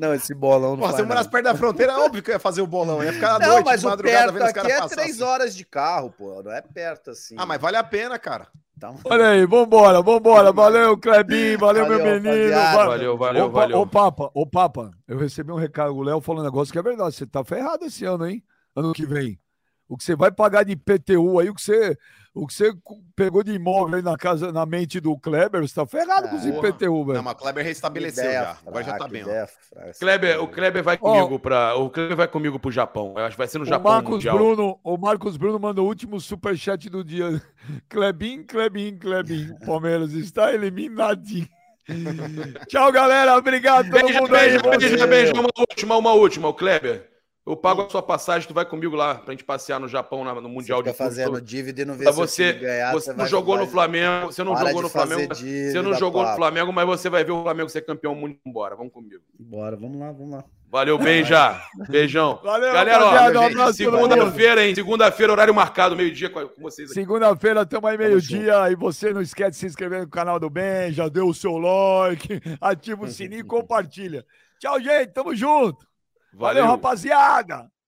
D: Não, esse bolão não
C: Pô, você
D: faz,
C: morasse
D: não.
C: perto da fronteira, é óbvio que eu ia fazer o bolão. Ia ficar à
D: Não,
C: noite,
D: mas
C: de
D: o
C: madrugada,
D: perto
C: vendo os
D: aqui
C: caras
D: é
C: passar.
D: três
C: assim.
D: horas de carro, pô. Não é perto assim.
C: Ah, mas vale a pena, cara.
D: Tá um-
A: Olha aí, vambora, vambora. Valeu, Klebinho, valeu, meu
D: Valeu,
A: menino.
D: rapaziada.
A: va-
B: Valeu, valeu,
A: ô, pa-
B: valeu.
A: Ô, Papa, ô, Papa, eu recebi um recado, o Léo falou um negócio que é verdade. Você tá ferrado esse ano, hein? Ano que vem. O que você vai pagar de IPTU aí, o que você, o que você cu- pegou de imóvel aí na casa, na mente do Kleber, você tá ferrado com os
D: Ah,
A: IPTU,
C: Não,
A: velho.
C: mas o Kleber restabeleceu
D: Ideia
C: já. Agora já tá
D: fraca,
C: bem. ó.
D: ideia fraca.
B: Kleber, o Kleber vai comigo para o Kleber vai comigo pro Japão. Eu acho que vai ser no
A: O
B: Japão
A: Marcos,
B: mundial.
A: Bruno, o Marcos Bruno mandou o último superchat do dia. Klebin, Klebin, Klebin. O Palmeiras está eliminadinho. Tchau, galera. Obrigado. a todo
B: Beijo,
A: mundo aí,
B: beijo, beijo,
A: valeu.
B: beijo. Uma última, uma última, o Kleber. Eu pago a sua passagem, tu vai comigo lá pra gente passear no Japão na- no
D: Você
B: mundial
D: fica
B: de clubes.
D: fazendo dívida e não vê
B: Pra
D: seu
B: você-
D: time ganhar,
B: Você não
D: vai-
B: jogou no
D: vai-
B: Flamengo, você não
D: para
B: jogou
D: de
B: no
D: fazer
B: Flamengo, né?
D: dívida,
B: você não jogou no
D: papo.
B: Flamengo, mas você vai ver o Flamengo ser campeão mundial. Bora, vamos comigo.
D: Bora, vamos lá, vamos lá.
B: Valeu, bem já. Beijão.
A: Valeu,
B: Galera, ó,
A: rapaziada. Um
C: gente,
A: abraço. todo mundo.
B: Segunda-feira, hein? Segunda-feira, horário marcado, meio-dia com com vocês aqui.
A: Segunda-feira, tamo aí meio-dia. E você não esquece de se inscrever no canal do Ben, já deu o seu like, ativa o sininho e compartilha. Tchau, gente. Tamo junto. Valeu rapaziada.